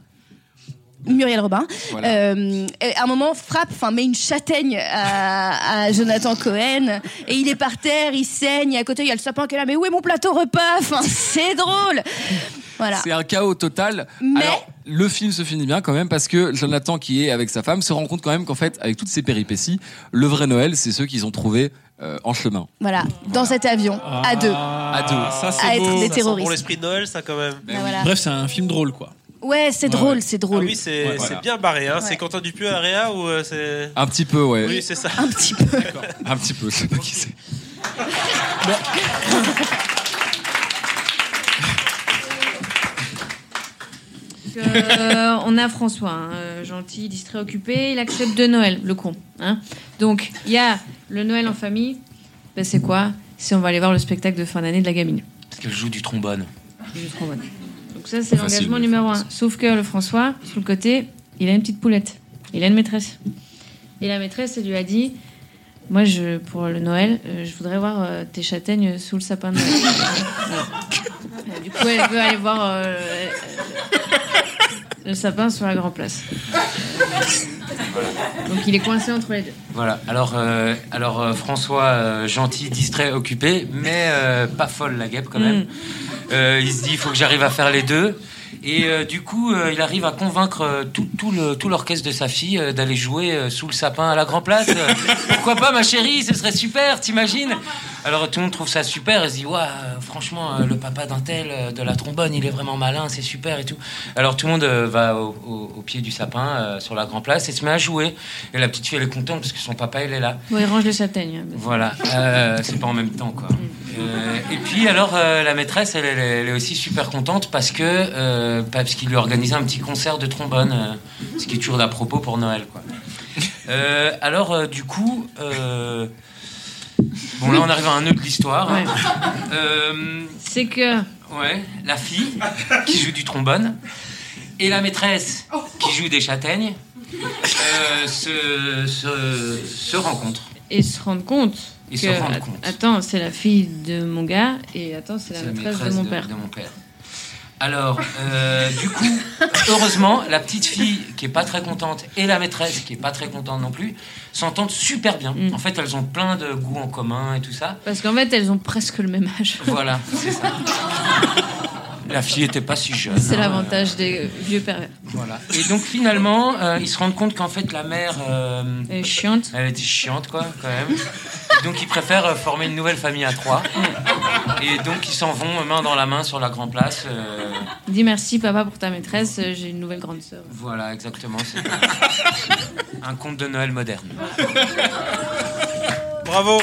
S6: Muriel Robin,
S4: Voilà.
S6: euh, et à un moment frappe, enfin met une châtaigne à, à Jonathan Cohen et il est par terre, il saigne, et à côté il y a le sapin qui est là, mais où est mon plateau repas Enfin, c'est drôle. Voilà.
S4: C'est un chaos total.
S6: Mais-
S4: Alors, le film se finit bien quand même parce que Jonathan, qui est avec sa femme, se rend compte quand même qu'en fait, avec toutes ces péripéties, le vrai Noël, c'est ceux qu'ils ont trouvé euh, en chemin.
S6: Voilà, dans cet avion, à deux.
S8: Ah,
S4: À deux.
S8: Ça,
S6: À
S8: c'est
S6: être
S8: beau.
S6: des
S2: Ça sent
S6: terroristes.
S2: Pour l'esprit de Noël, ça quand même.
S4: Ben
S6: Ah,
S4: oui.
S6: voilà.
S8: Bref, c'est un film drôle, quoi.
S6: Ouais, c'est drôle,
S8: ouais.
S6: c'est
S2: Ah
S6: drôle.
S2: oui, c'est
S8: Ouais,
S2: c'est
S8: voilà.
S2: bien barré. Hein.
S6: Ouais.
S2: C'est Quentin Dupieux à Réa ou euh, c'est.
S4: Un petit peu,
S8: Euh,
S4: ouais.
S2: Oui, c'est ça.
S6: Un petit peu.
S4: Un petit peu, je sais pas qui c'est.
S5: Euh, on a François, hein, euh, gentil, distrait, occupé. Il accepte de Noël, le con. hein. Donc, il y a le Noël en famille. Ben, c'est quoi C'est on va aller voir le spectacle de fin d'année de la gamine.
S7: Parce qu'elle joue du trombone.
S5: Je suis trop bonne. Donc ça, c'est
S4: Facile,
S5: l'engagement
S4: mais
S5: numéro
S4: facile.
S5: un. Sauf que le François, sur le côté, il a une petite poulette. Il a une maîtresse. Et la maîtresse, elle lui a dit... Moi, je, pour le Noël, euh, je voudrais voir euh, tes châtaignes sous le sapin de Noël. Voilà. Et Du coup, elle veut aller voir euh, euh, le sapin sur la grande place. Donc, il est coincé entre les deux.
S7: Voilà. Alors, euh, alors euh, François, euh, gentil, distrait, occupé, mais euh, pas folle la guêpe quand même.
S6: Hmm.
S5: Mm.
S7: Euh, il se dit, il faut que j'arrive à faire les deux. Et euh, du coup, euh, il arrive à convaincre euh, tout, tout le- tout l'orchestre de sa fille euh, d'aller jouer euh, sous le sapin à la Grand Place. Euh, Pourquoi pas, ma chérie Ce serait super, t'imagines Alors tout le monde trouve ça super. Il se dit, Ouah, euh, franchement, euh, le papa d'un tel, euh, de la trombone, il est vraiment malin, c'est super et tout. Alors tout le monde euh, va au, au- au pied du sapin euh, sur la Grand Place et se met à jouer. Et la petite fille, elle est contente parce que son papa, il est là.
S5: Bon, il range les châtaignes.
S7: Voilà, euh, c'est pas en même temps quoi. Euh, et puis alors euh, la maîtresse, elle, elle est- elle est aussi super contente parce que euh, parce qu'il lui organisait un petit concert de trombone, euh, ce qui est toujours d'à propos pour Noël quoi. Euh, alors euh, du coup, euh, bon là on arrive à un nœud de l'histoire. hein.
S5: Ouais.
S7: Euh,
S5: C'est que...
S7: Ouais, la fille qui joue du trombone et la maîtresse qui joue des châtaignes euh, se, se, se rencontrent.
S5: et se rendre compte
S7: Et
S5: que
S7: se rendre
S5: att-
S7: compte.
S5: attends c'est la fille de mon gars et attends c'est la
S7: C'est la
S5: maîtresse de mon père
S7: père. Alors, euh, du coup, heureusement, la petite fille qui est pas très contente et la maîtresse qui est pas très contente non plus s'entendent super bien.
S5: Mm.
S7: En fait, elles ont plein de goûts en commun et tout ça.
S5: parce qu'en fait elles ont presque le même âge
S7: Voilà, c'est ça. La fille était pas si jeune.
S5: c'est
S7: hein.
S5: l'avantage des vieux pervers
S7: Voilà. Et donc finalement, euh, ils se rendent compte qu'en fait la mère, euh,
S5: elle est chiante
S7: elle était chiante quoi, quand même. Et donc ils préfèrent euh, former une nouvelle famille à trois. Et donc ils s'en vont euh, main dans la main sur la grand place. euh,
S5: dis merci papa pour ta maîtresse euh, j'ai une nouvelle grande sœur
S7: Voilà, exactement. c'est un conte de Noël moderne.
S2: Bravo.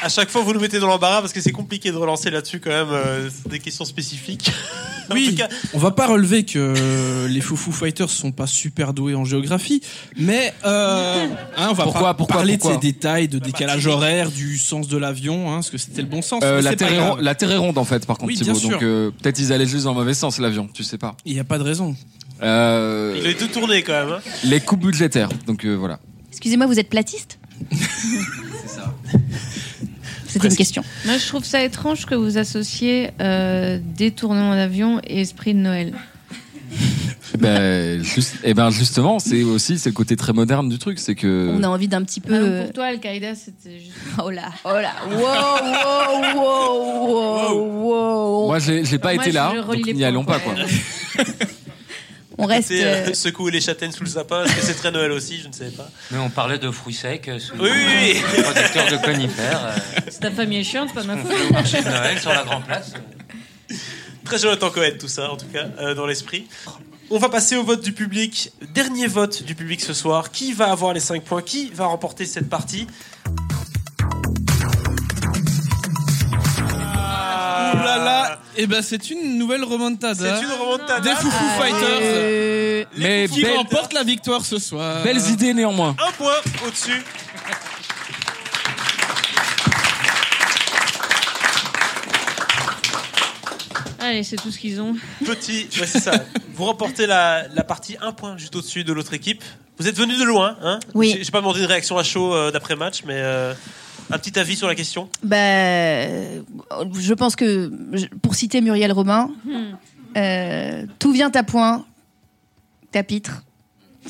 S2: À chaque fois, vous nous mettez dans l'embarras parce que c'est compliqué de relancer là-dessus quand même euh, c'est des questions spécifiques. En tout
S3: Oui,
S2: cas-
S3: on va pas relever que euh, les Foufou Fighters sont pas super doués en géographie, mais euh, hein, on va
S4: Pourquoi,
S3: pas
S4: pourquoi,
S3: parler
S4: pourquoi Bah,
S3: de ces détails, de décalage horaire, du sens de l'avion, hein, parce que c'était le bon sens.
S4: Euh,
S3: mais
S4: la,
S3: c'est pas
S4: terre est
S3: grave.
S4: ronde, la Terre est ronde en fait, par contre,
S3: Oui,
S4: Thibaut.
S3: bien sûr.
S4: Donc euh, peut-être ils allaient juste dans le mauvais sens l'avion, tu sais pas.
S3: Il n'y a pas de raison.
S4: Euh,
S2: Il a tout tourné quand même. hein.
S4: les coupes budgétaires. Donc euh, voilà.
S6: Excusez-moi, vous êtes platiste C'était une question.
S5: moi je trouve ça étrange que vous associez euh, détournement d'avion et esprit de Noël
S4: ben, juste- eh ben justement, c'est aussi c'est le côté très moderne du truc, c'est que.
S6: On a envie d'un petit peu.
S5: Ah non,
S6: euh,
S5: pour toi Al-Qaïda c'était juste
S6: Oh là, oh là, wow, wow, wow, wow, wow.
S4: Moi, j'ai j'ai pas
S5: Moi,
S4: été
S5: je
S4: là,
S5: relis
S4: donc
S5: les
S4: n'y allons
S5: points,
S4: pas quoi.
S5: ouais.
S6: On reste.
S2: C'est, euh,
S6: euh,
S2: secouer les châtaignes sous le sapin, est-ce que c'est très Noël aussi Je ne sais pas.
S7: Mais on parlait de fruits secs, euh, sous
S2: Oui, oui, oui.
S7: protecteur de conifères, euh,
S5: si ta famille est chiante pas ma
S7: qu'on
S5: faute
S7: fait au marché de Noël sur la grand place.
S2: Très Jonathan Cohen, tout ça, en tout cas, euh, dans l'esprit. On va passer au vote du public. Dernier vote du public ce soir. Qui va avoir les 5 points Qui va remporter cette partie
S4: Ah.
S3: Oh là là, et ben c'est une nouvelle remontada
S2: C'est une remontada.
S3: Ah. des Foufou
S2: Ah,
S3: Fighters
S6: euh,
S4: Mais
S3: qui
S4: belles-
S3: remporte la victoire ce soir.
S4: belles idées néanmoins.
S2: Un point au-dessus.
S5: ça et c'est tout ce qu'ils ont.
S2: Petit, ouais, c'est ça. Vous remportez la, la partie 1 point juste au-dessus de l'autre équipe. Vous êtes venu de loin, hein
S6: Oui.
S2: J'ai j'ai pas demandé de réaction à chaud euh, d'après match, mais euh, un petit avis sur la question.
S6: Bah, euh, je pense que, je- pour citer Muriel Robin, euh, tout vient à point, tapitre.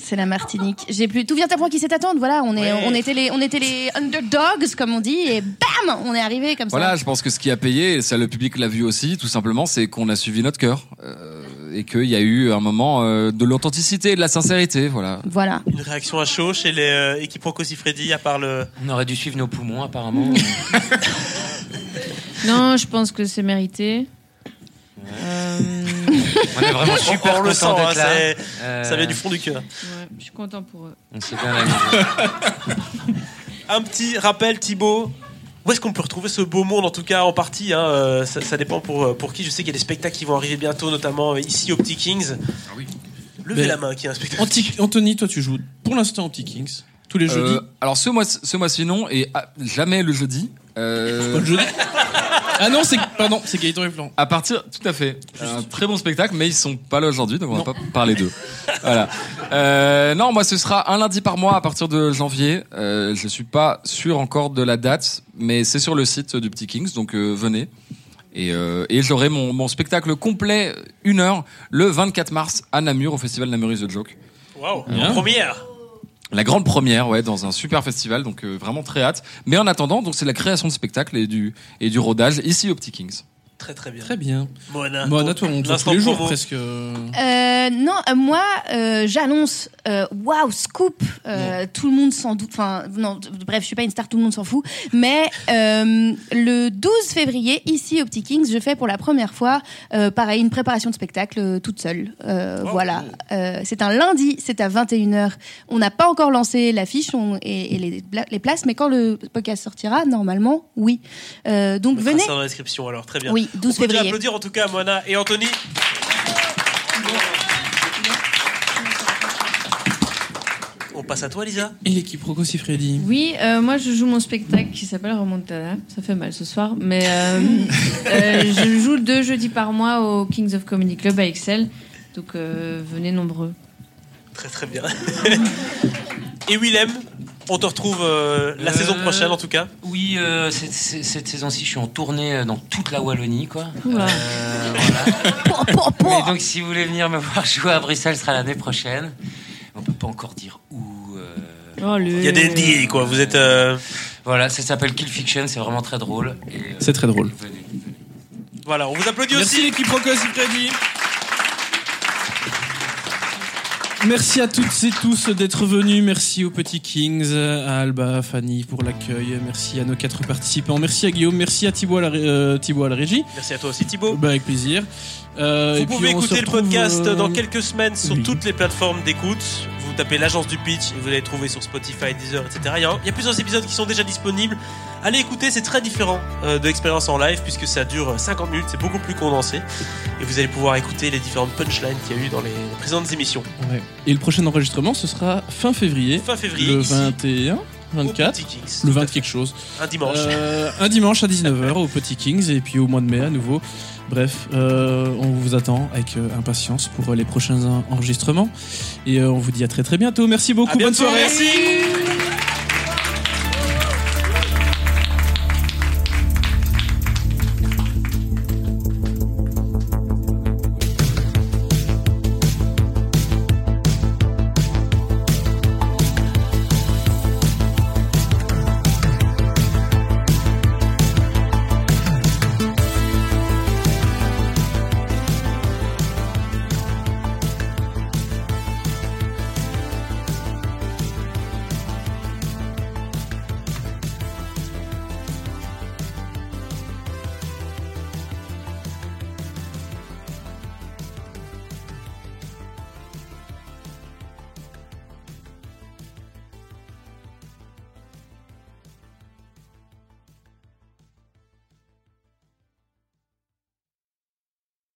S6: C'est la Martinique. J'ai plus tout vient à point qui s'est attendre. Voilà, on est,
S2: Ouais.
S6: on était les, on était les underdogs comme on dit et bam, on est arrivé comme
S4: Voilà,
S6: ça.
S4: je pense que ce qui a payé, et ça le public l'a vu aussi, tout simplement, c'est qu'on a suivi notre cœur euh, et qu'il y a eu un moment euh, de l'authenticité, et de la sincérité, voilà.
S6: Voilà.
S2: Une réaction à chaud chez les euh, équipes Rocco Freddy, à part le.
S7: On aurait dû suivre nos poumons, apparemment.
S5: Non, je pense que c'est mérité. Euh,
S7: on est vraiment super
S2: on le sent,
S7: contents
S2: hein,
S7: d'être là.
S2: c'est-
S7: Euh,
S2: ça vient du fond du cœur.
S5: ouais, je suis content pour eux.
S7: On s'est bien amusés.
S2: Un petit rappel, Thibaut. Où est-ce qu'on peut retrouver ce beau monde, en tout cas en partie hein, euh, ça, ça dépend pour, euh, pour qui. Je sais qu'il y a des spectacles qui vont arriver bientôt, notamment euh, ici au Petit Kings.
S4: Ah oui.
S2: Levez
S3: Ben,
S2: la main qui a un spectacle.
S3: Anti- Anthony, toi, tu joues pour l'instant anti Kings. Tous les
S4: Euh,
S3: jeudis.
S4: alors ce mois, ce mois-ci non et ah, jamais le jeudi. Euh,
S3: Pas le jeudi. Ah non, c'est pardon, c'est Gaëtan et Flan.
S4: à partir, tout à fait, un très bon spectacle, mais ils sont pas là aujourd'hui, donc on
S3: Non.
S4: va pas parler d'eux. voilà. Euh, non, moi ce sera un lundi par mois à partir de janvier. Euh, je suis pas sûr encore de la date, mais c'est sur le site du Petit Kings, donc euh, venez. Et, euh, et j'aurai mon, mon spectacle complet, une heure, le 24 mars à Namur, au festival Namuris The Joke.
S2: Waouh,
S3: Bien.
S2: première.
S4: La grande première, ouais, dans un super festival, donc euh, vraiment très hâte. Mais en attendant, donc c'est la création de spectacle et du et du rodage ici au Petit Kings.
S2: Très très bien.
S3: Très bien.
S2: Moana.
S3: Bon, à toi, on te voit
S2: Ah, l'instant
S3: tous les jours
S2: promo.
S3: presque.
S6: Euh, non, euh, moi, euh, j'annonce, euh, waouh, scoop, euh, tout le monde s'en doute, enfin, non, t- bref, je suis pas une star, tout le monde s'en fout, mais euh, le 12 février, ici au Petit Kings, je fais pour la première fois, euh, pareil, une préparation de spectacle euh, toute seule. Euh,
S2: Oh.
S6: Voilà, Euh, c'est un lundi, c'est à 21h. On n'a pas encore lancé l'affiche on- et, et les, bla- les places, mais quand le podcast sortira, normalement, oui. Euh, donc
S2: On mettra
S6: venez.
S2: ça dans la description alors, très bien.
S6: Oui, 12
S2: On peut déjà
S6: février.
S2: applaudir en tout cas Moana et Anthony. On passe à toi Lisa.
S3: Et l'équipe Rocco Siffredi.
S5: Oui, euh, moi je joue mon spectacle qui s'appelle Remontada. Ça fait mal ce soir, mais euh, euh, je joue deux jeudis par mois au Kings of Comedy Club à Excel. Donc euh, venez nombreux.
S2: Très très bien. et Willem, on te retrouve euh, la
S7: Euh,
S2: saison prochaine en tout cas.
S7: Oui, euh, cette, cette- cette saison-ci, je suis en tournée euh, dans toute la Wallonie, quoi.
S5: Oula.
S7: Euh, voilà.
S6: Pouah, pouah, pouah.
S7: Mais donc, si vous voulez venir me voir jouer à Bruxelles, ce sera l'année prochaine. On peut pas encore dire où. euh,
S5: Oh,
S2: Il y a des NDA quoi, vous êtes... euh,
S7: Voilà, ça s'appelle Kill Fiction, c'est vraiment très drôle. et, euh,
S3: C'est très drôle.
S7: venez.
S2: Voilà, on vous applaudit
S3: Merci
S2: aussi.
S3: l'équipe Rocco Siffredi. Merci à toutes et tous d'être venus. Merci aux petits Kings, à Alba, à Fanny pour l'accueil. Merci à nos quatre participants. Merci à Guillaume. Merci à Thibaut à la, ré- euh, Thibaut à la régie.
S2: Merci à toi aussi Thibaut.
S3: Bah, avec plaisir. Euh,
S2: Oh.
S3: et
S2: Vous
S3: puis
S2: pouvez
S3: on se
S2: écouter le
S3: retrouve,
S2: podcast
S3: euh,
S2: dans quelques semaines sur
S3: oui.
S2: toutes les plateformes d'écoute. Vous tapez l'agence du pitch et vous allez trouver sur Spotify, Deezer, etc. Il y a, il y a plusieurs épisodes qui sont déjà disponibles. Allez écouter, c'est très différent euh, de l'expérience en live puisque ça dure 50 minutes, c'est beaucoup plus condensé. Et vous allez pouvoir écouter les différentes punchlines qu'il y a eu dans les précédentes émissions.
S3: Ouais. Et le prochain enregistrement, ce sera fin février.
S2: Fin février,
S3: le
S2: ici,
S3: 21,
S2: au
S3: 24,
S2: Petit Kings.
S3: le 20 quelque chose.
S2: Un dimanche.
S3: Euh, un dimanche à 19h au Petit Kings et puis au mois de mai à nouveau. Bref, euh, on vous attend avec euh, impatience pour euh, les prochains en- enregistrements et euh, on vous dit à très très bientôt. Merci beaucoup,
S2: À bientôt,
S3: bonne soirée.
S2: Merci.